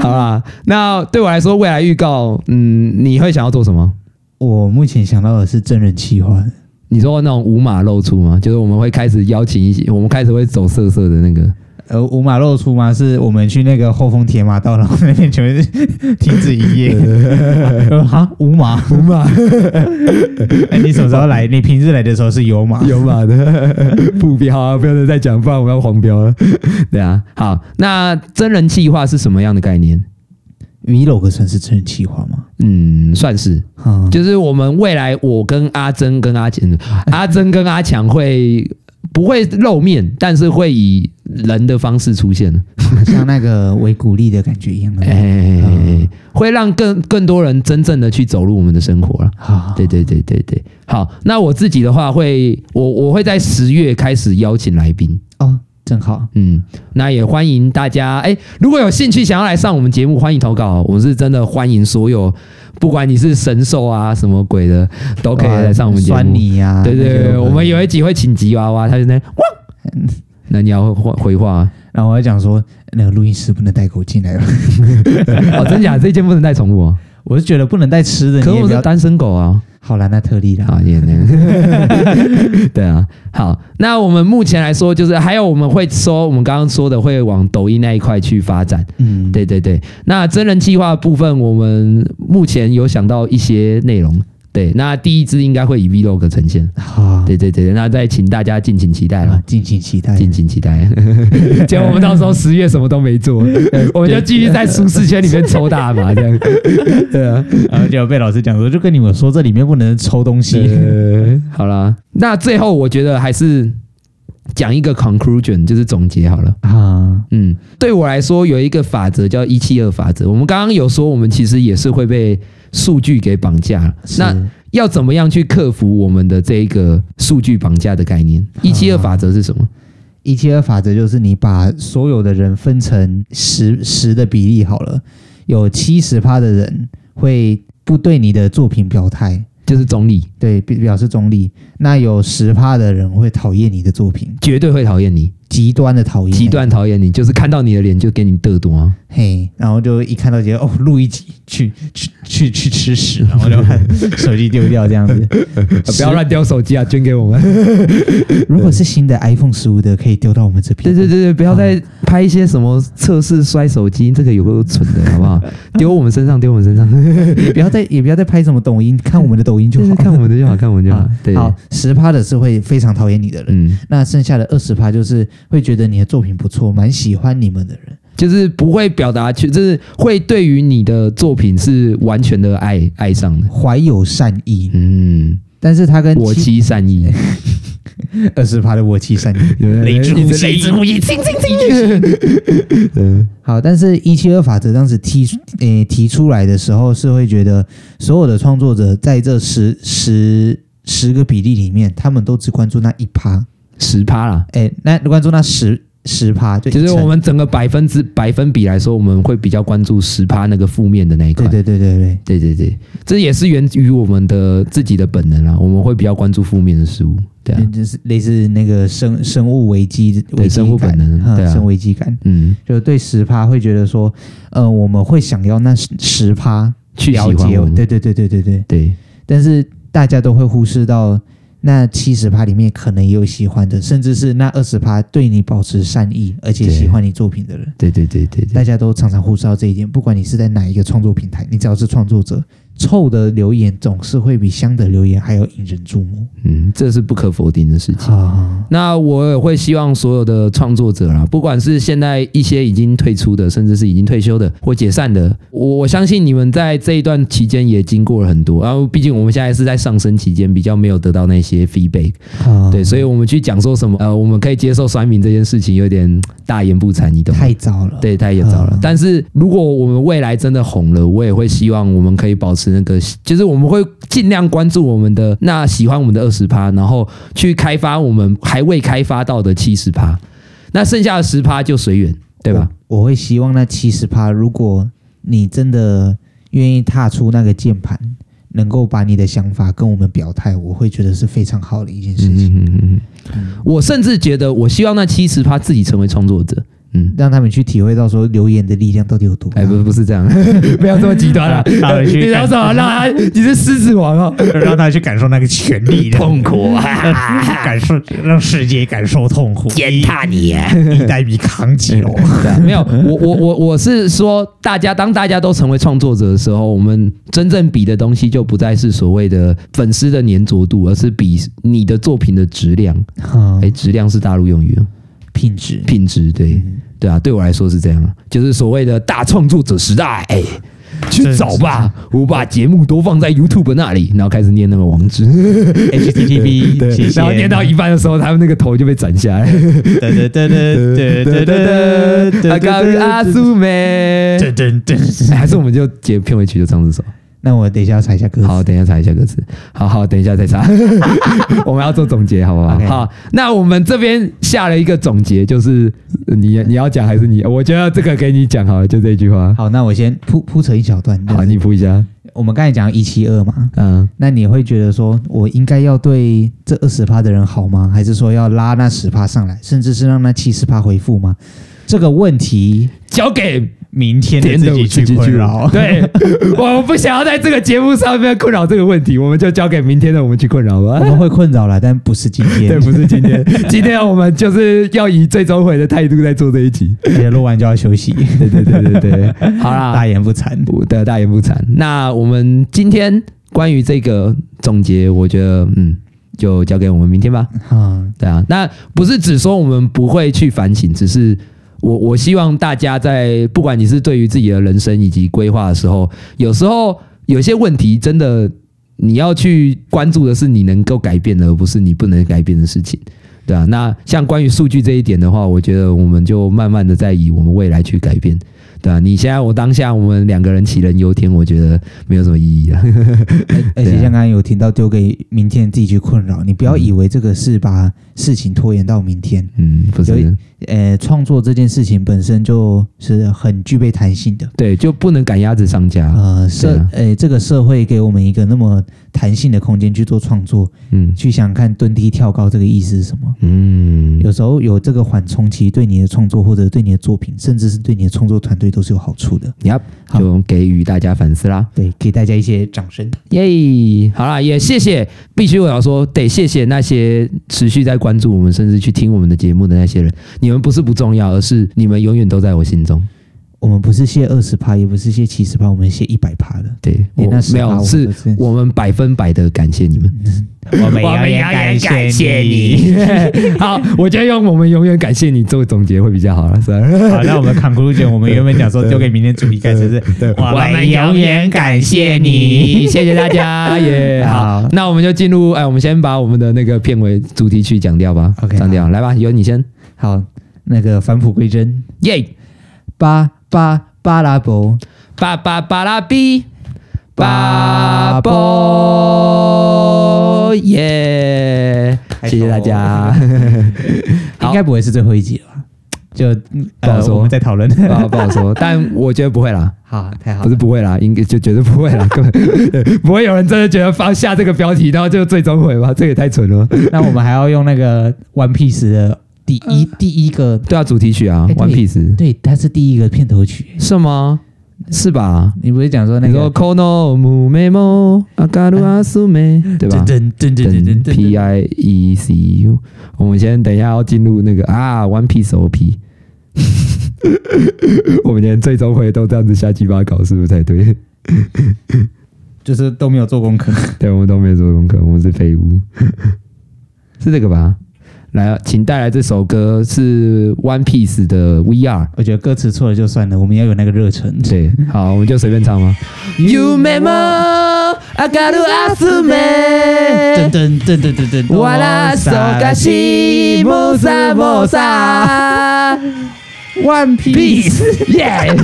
Speaker 1: 好啦，那对我来说，未来预告，嗯，你会想要做什么？
Speaker 2: 我目前想到的是真人企划，
Speaker 1: 你说那种无码露出吗？就是我们会开始邀请一些，我们开始会走色色的那个，
Speaker 2: 呃，五马露出吗？是我们去那个后丰铁马道，然后那边全部是 停止营业。 呃哈，五马，
Speaker 1: 无码
Speaker 2: 哎，你什么时候来？你平日来的时候是有马，
Speaker 1: 有码的不标啊，不要再讲，不然我要黄标了。对啊，好，那真人计划是什么样的概念？
Speaker 2: 米楼可算是真人企划吗？
Speaker 1: 嗯，算是，
Speaker 2: 哈、
Speaker 1: 就是我们未来，我跟阿珍、跟阿强、阿珍跟阿强会不会露面，但是会以人的方式出现。
Speaker 2: 像那个维古力的感觉一样的。
Speaker 1: 哎、
Speaker 2: 嗯
Speaker 1: 会让更更多人真正的去走入我们的生活了。
Speaker 2: 好，
Speaker 1: 对对对对对，好，那我自己的话会，我我会在十月开始邀请来宾，
Speaker 2: 哦，正好，
Speaker 1: 嗯，那也欢迎大家，哎，如果有兴趣想要来上我们节目，欢迎投稿，我们是真的欢迎所有，不管你是神兽啊什么鬼的，都可以来上我们节目。
Speaker 2: 哦酸你呀、
Speaker 1: 对对
Speaker 2: 啊那嗯些
Speaker 1: 对，
Speaker 2: 都可以
Speaker 1: 我们有一集会请吉娃娃，他就那汪，那你要回回话 啊
Speaker 2: 然后我要讲说，那个录音师不能带狗进来了。
Speaker 1: 哦，真假？这件不能带宠物、哦，
Speaker 2: 我是觉得不能带吃的，
Speaker 1: 可
Speaker 2: 你也
Speaker 1: 我
Speaker 2: 不
Speaker 1: 是
Speaker 2: 要。
Speaker 1: 单身狗啊，
Speaker 2: 好啦，那特例啦。
Speaker 1: 啊也能， 对啊，好，那我们目前来说，就是还有我们会说，我们刚刚说的会往抖音那一块去发展，
Speaker 2: 嗯，
Speaker 1: 对对对。那真人计划的部分，我们目前有想到一些内容，对，那第一支应该会以 vlog 呈现，
Speaker 2: 好，
Speaker 1: 对对对，那再请大家敬请期待了
Speaker 2: 啊。，敬请期待。
Speaker 1: 敬请期待。哎 结果我们到时候十月什么都没 做，我们就继续在舒适圈里面抽大麻这 样。对啊，
Speaker 2: 然后就被老师讲说，就跟你们说这里面不能抽东西。
Speaker 1: 呃，好啦，那最后我觉得还是讲一个 conclusion，就是总结好了。
Speaker 2: 啊，
Speaker 1: 嗯，对我来说有一个法则叫一七二法则。我们刚刚有说，我们其实也是会被数据给绑架。那
Speaker 2: 是
Speaker 1: 要怎么样去克服我们的这一个数据绑架的概念？一七二法则是什么？
Speaker 2: 一七二法则就是你把所有的人分成十十的比例好了，有七十趴的人会不对你的作品表态，
Speaker 1: 就是总理
Speaker 2: 对表表示中立；那有十趴的人会讨厌你的作品，
Speaker 1: 绝对会讨厌你，
Speaker 2: 极端的讨厌，
Speaker 1: 极端讨厌你，就是看到你的脸就给你嘚多、啊。
Speaker 2: 嘿，然后就一看到觉得哦，录一集去去去去吃屎，然后就把 手机丢掉这样 子。
Speaker 1: 不要乱丢手机啊，捐给我们。
Speaker 2: 如果是新的 iPhone 十五的，可以丢到我们这边。
Speaker 1: 对对对对，不要再拍一些什么测试摔手机，这个有够蠢的，好不 好？丢我们身上，丢我们身上，
Speaker 2: 也不要再也不要再拍什么抖音，看我们的抖音就
Speaker 1: 就是
Speaker 2: 好。
Speaker 1: 看我们的就好，看我们就好。对，
Speaker 2: 好，十趴的是会非常讨厌你的人，
Speaker 1: 嗯，
Speaker 2: 那剩下的二十趴就是会觉得你的作品不错，蛮喜欢你们的人。
Speaker 1: 就是不会表达去，就是会对于你的作品是完全的爱爱上的。
Speaker 2: 怀有善意，
Speaker 1: 嗯，
Speaker 2: 但是他跟
Speaker 1: 我妻善 意，
Speaker 2: 二十趴的我妻善意，
Speaker 3: 雷之呼
Speaker 1: 一直
Speaker 3: 吸
Speaker 1: 雷之呼 吸，亲亲亲。嗯，
Speaker 2: 好，但是一七二法则当时提诶、提出来的时候，是会觉得所有的创作者在这十十十个比例里面，他们都只关注那一趴，
Speaker 1: 十趴啦，
Speaker 2: 诶、哎那关注那十十趴，就
Speaker 1: 就是
Speaker 2: 一层
Speaker 1: 我们整个百分之百分比来说，我们会比较关注十趴那个负面的那一块
Speaker 2: 对。对对对对，
Speaker 1: 对对对，这也是源于我们的自己的本能啦，我们会比较关注负面的事物，对啊，
Speaker 2: 就是类似那个生生物危机
Speaker 1: 对
Speaker 2: 危机
Speaker 1: 生物
Speaker 2: 感
Speaker 1: 本能
Speaker 2: 嗯
Speaker 1: 对啊
Speaker 2: 生危机感，
Speaker 1: 嗯，
Speaker 2: 就对十趴会觉得说，呃，我们会想要那十趴
Speaker 1: 去喜
Speaker 2: 了
Speaker 1: 欢
Speaker 2: 解
Speaker 1: 我们
Speaker 2: 对对对对对对，
Speaker 1: 对，
Speaker 2: 但是大家都会忽视到那七十趴里面可能也有喜欢的，甚至是那二十趴对你保持善意而且
Speaker 1: 对
Speaker 2: 喜欢你作品的人，
Speaker 1: 对对对对对
Speaker 2: 大家都常常忽视到这一点。不管你是在哪一个创作平台，你只要是创作者，臭的留言总是会比香的留言还要引人注目。
Speaker 1: 嗯，这是不可否定的事情。
Speaker 2: 啊，
Speaker 1: 那我也会希望所有的创作者啦，不管是现在一些已经退出的，甚至是已经退休的或解散的，我我相信你们在这一段期间也经过了很多。然后，毕竟我们现在是在上升期间，比较没有得到那些 feedback，
Speaker 2: 啊
Speaker 1: 对，所以我们去讲说什么，呃，我们可以接受酸民这件事情，有点大言不惭，你懂吗？
Speaker 2: 太早了。，
Speaker 1: 对，太也早了。
Speaker 2: 嗯
Speaker 1: 但是如果我们未来真的红了，我也会希望我们可以保持那个，就是我们会尽量关注我们的那喜欢我们的二十趴，然后去开发我们还未开发到的七十趴，那剩下的十趴就随缘，对吧？
Speaker 2: 我？我会希望那七十趴，如果你真的愿意踏出那个键盘，能够把你的想法跟我们表态，我会觉得是非常好的一件事
Speaker 1: 嗯
Speaker 2: 情。
Speaker 1: 嗯嗯嗯嗯，我甚至觉得，我希望那七十趴自己成为创作者。嗯，
Speaker 2: 让他们去体会到说留言的力量到底有多大。
Speaker 1: 哎，不不是这 样，不要这么极端啊了。
Speaker 3: 打回去
Speaker 1: 你聊什 么？让他你是狮子王哦，
Speaker 3: 让他去感受那个权力的
Speaker 1: 痛苦啊，
Speaker 3: 感受，让世界感受痛苦。
Speaker 1: 践踏你啊。
Speaker 3: 一代比扛几楼？
Speaker 1: 对啊，没有，我我我我是说，大家当大家都成为创作者的时候，我们真正比的东西就不再是所谓的粉丝的粘着度，而是比你的作品的质量。
Speaker 2: 哈
Speaker 1: 哎、质量是大陆用语哦，
Speaker 2: 品质
Speaker 1: 品质对对啊，对我来说是这样啊，就是所谓的大创作者时代。哎、去找吧，我把节目都放在 YouTube 那里，然后开始念那个网址，
Speaker 3: HTTP，谢谢。
Speaker 1: 然后念到一半的时候，他们那个头就被斩下来。
Speaker 3: 噔噔噔噔噔噔噔噔
Speaker 1: 阿高与阿苏梅，
Speaker 3: 噔噔噔，
Speaker 1: 还是我们就结片尾曲就唱这首。
Speaker 2: 那我等一下要查一下歌词。
Speaker 1: 好，等一下查一下歌词。好好，等一下再 查。 我们要做总结，好不好
Speaker 2: OK
Speaker 1: 好，那我们这边下了一个总结，就是呃你你要讲还是你？我觉得这个给你讲好了，就这一句话。
Speaker 2: 好，那我先铺铺成一小段。
Speaker 1: 好，
Speaker 2: 就是
Speaker 1: 你铺一下。
Speaker 2: 我们刚才讲一七二嘛，
Speaker 1: 嗯，
Speaker 2: 那你会觉得说我应该要对这二十趴的人好吗？还是说要拉那十趴上来，甚至是让那七十趴回复吗？这个问题，
Speaker 1: 交给
Speaker 3: 明天的
Speaker 1: 天
Speaker 3: 自
Speaker 1: 的
Speaker 3: 己
Speaker 1: 自
Speaker 3: 去
Speaker 1: 己
Speaker 3: 困
Speaker 1: 去
Speaker 3: 扰。
Speaker 1: 对，我不想要在这个节目上面困扰这个问题，我们就交给明天的我们去困扰吧
Speaker 2: 我。们会困扰了，但不是今
Speaker 1: 对，
Speaker 2: 天。
Speaker 1: 不是今天， 今天我们就是要以最终回的态度在做这一集。
Speaker 2: 而且录完就要休息，
Speaker 1: 对对对对对，好啦，
Speaker 2: 大言不惭。
Speaker 1: 不的大言不惭。那我们今天关于这个总结，我觉得嗯，就交给我们明天吧。
Speaker 2: 哈，
Speaker 1: 对啊，那不是只说我们不会去反省，只是我我希望大家在不管你是对于自己的人生以及规划的时候，有时候有些问题真的你要去关注的是你能够改变的，而不是你不能改变的事情。对啊，那像关于数据这一点的话，我觉得我们就慢慢的在以我们未来去改变。对啊，你现在我当下我们两个人杞人忧天，我觉得没有什么意义啊。
Speaker 2: 而且像
Speaker 1: 对啊
Speaker 2: 哎刚刚有听到丢给明天自己去困扰，你不要以为这个是把事情拖延到明天，
Speaker 1: 嗯，不
Speaker 2: 有
Speaker 1: 是，
Speaker 2: 呃，创作这件事情本身就是很具备弹性的。
Speaker 1: 对，就不能赶鸭子上架。
Speaker 3: 嗯
Speaker 2: 呃，
Speaker 1: 对
Speaker 2: 社
Speaker 1: 啊
Speaker 2: 呃，这个社会给我们一个那么弹性的空间去做创作，
Speaker 1: 嗯
Speaker 2: 去想想看蹲低跳高这个意思是什么？
Speaker 1: 嗯，
Speaker 2: 有时候有这个缓冲期，对你的创作或者对你的作品，甚至是对你的创作团队都是有好处的。
Speaker 1: Yep，
Speaker 2: 好
Speaker 1: 就给予大家反思啦，
Speaker 2: 对，给大家一些掌声。
Speaker 1: 耶、好啦，也谢谢，必须我要说，得谢谢那些持续在关注我们，甚至去听我们的节目的那些人，你们不是不重要，而是你们永远都在我心中。
Speaker 2: 我我们不是写二十趴，也不是写七十趴，我们写一百趴的。
Speaker 1: 对，
Speaker 2: 欸
Speaker 1: 我
Speaker 2: 那10%
Speaker 1: 没有，
Speaker 2: 我
Speaker 1: 哦是
Speaker 2: 都是
Speaker 1: 我们百分百的感谢你们。
Speaker 3: 我们
Speaker 1: 我
Speaker 3: 永
Speaker 1: 们
Speaker 3: 远感
Speaker 1: 永远
Speaker 3: 谢
Speaker 1: 感谢
Speaker 3: 你。
Speaker 1: 你。 好，我觉得用我们永远感谢你做总结会比较好了，是吧？
Speaker 3: 好，那我们 conclusion，我们原本讲说丢给明天主题开始是，我们永远感谢你。
Speaker 1: 谢谢大家，耶、好，
Speaker 2: 好
Speaker 1: 那我们就进入，哎，我们先把我们的那个片尾主题曲讲掉吧
Speaker 2: OK，
Speaker 1: 讲掉，来吧，由你先，
Speaker 2: 好，那个返璞归真，
Speaker 1: 耶、
Speaker 2: 巴巴巴拉伯，
Speaker 1: 巴巴巴拉比，巴波，耶、谢谢大家，好
Speaker 2: 应该不会是最后一集了吧？就
Speaker 1: 不好
Speaker 3: 呃，
Speaker 1: 说
Speaker 3: 我们在讨论。
Speaker 1: 不好不好说，但我觉得不会啦。
Speaker 2: 好，太好
Speaker 1: 不
Speaker 2: 了
Speaker 1: 是。不会啦，应该就绝对不会啦， 根本对不会有人真的觉得发下这个标题，然后就最终回吧，这也太蠢了。
Speaker 2: 那我们还要用那个 One Piece 的第一、第一个，
Speaker 1: 对啊，主题曲啊，
Speaker 2: 哎对
Speaker 1: One Piece》
Speaker 2: 对，它是第一个片头曲。
Speaker 1: 是吗？是吧？
Speaker 2: 你不是讲说那
Speaker 1: 你说
Speaker 2: 个
Speaker 1: “kono mu me mo agaru asume” 对吧？
Speaker 2: 噔噔噔噔噔噔
Speaker 1: P
Speaker 2: 噔
Speaker 1: I E C U，我们先等一下要进入那个啊，One Piece OP。我们连最终回都这样子瞎鸡巴搞，是不是才对？
Speaker 3: 就是都没有做功课。
Speaker 1: 对，我们都没做功课，我们是废物， 是这个吧？来，请带来这首歌是 One Piece 的 VR。
Speaker 2: 我觉得歌词错了就算了，我们要有那个热忱。
Speaker 1: 对，好，我们就随便唱吗？You may m o I got to ask me。
Speaker 2: 噔噔噔噔噔噔，
Speaker 1: 我啦，手嘎西莫萨莫萨
Speaker 2: ，One Piece。
Speaker 1: ，peace，耶！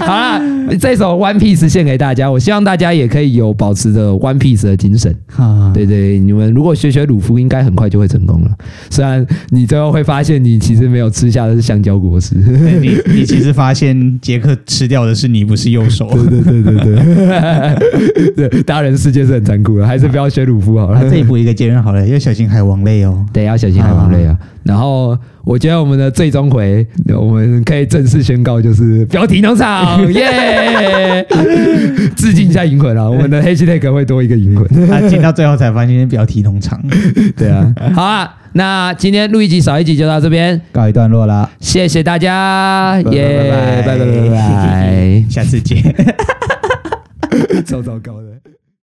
Speaker 1: 好啦，这首 One Piece 献给大家，我希望大家也可以有保持着 One Piece 的精神。
Speaker 2: 哈，
Speaker 1: 对对，你们如果学学鲁夫，应该很快就会成功了。虽然你最后会发现，你其实没有吃下的是香蕉果实。
Speaker 3: 你你其实发现杰克吃掉的是你，不是右手。
Speaker 1: 对对对对 对，大人世界是很残酷的，还是不要学鲁夫好
Speaker 2: 好
Speaker 1: 了。
Speaker 2: 了，这一步一个结论好了，要小心海王类 哦。
Speaker 1: 对，要小心海王类啊。然后我觉得我们的最终回，我们可以正式宣告就是标题农 场，耶！致敬一下银魂啊，我们的 hashtag 会多一个银魂。
Speaker 3: 他
Speaker 2: 啊
Speaker 3: 听到最后才发现是标题农场。
Speaker 1: 对啊，好啊，那今天录一集少一集就到这边。
Speaker 2: 告一段落 啦。
Speaker 1: 谢谢大家，耶，拜拜拜拜，
Speaker 3: 下次见。
Speaker 1: 超糟糕的。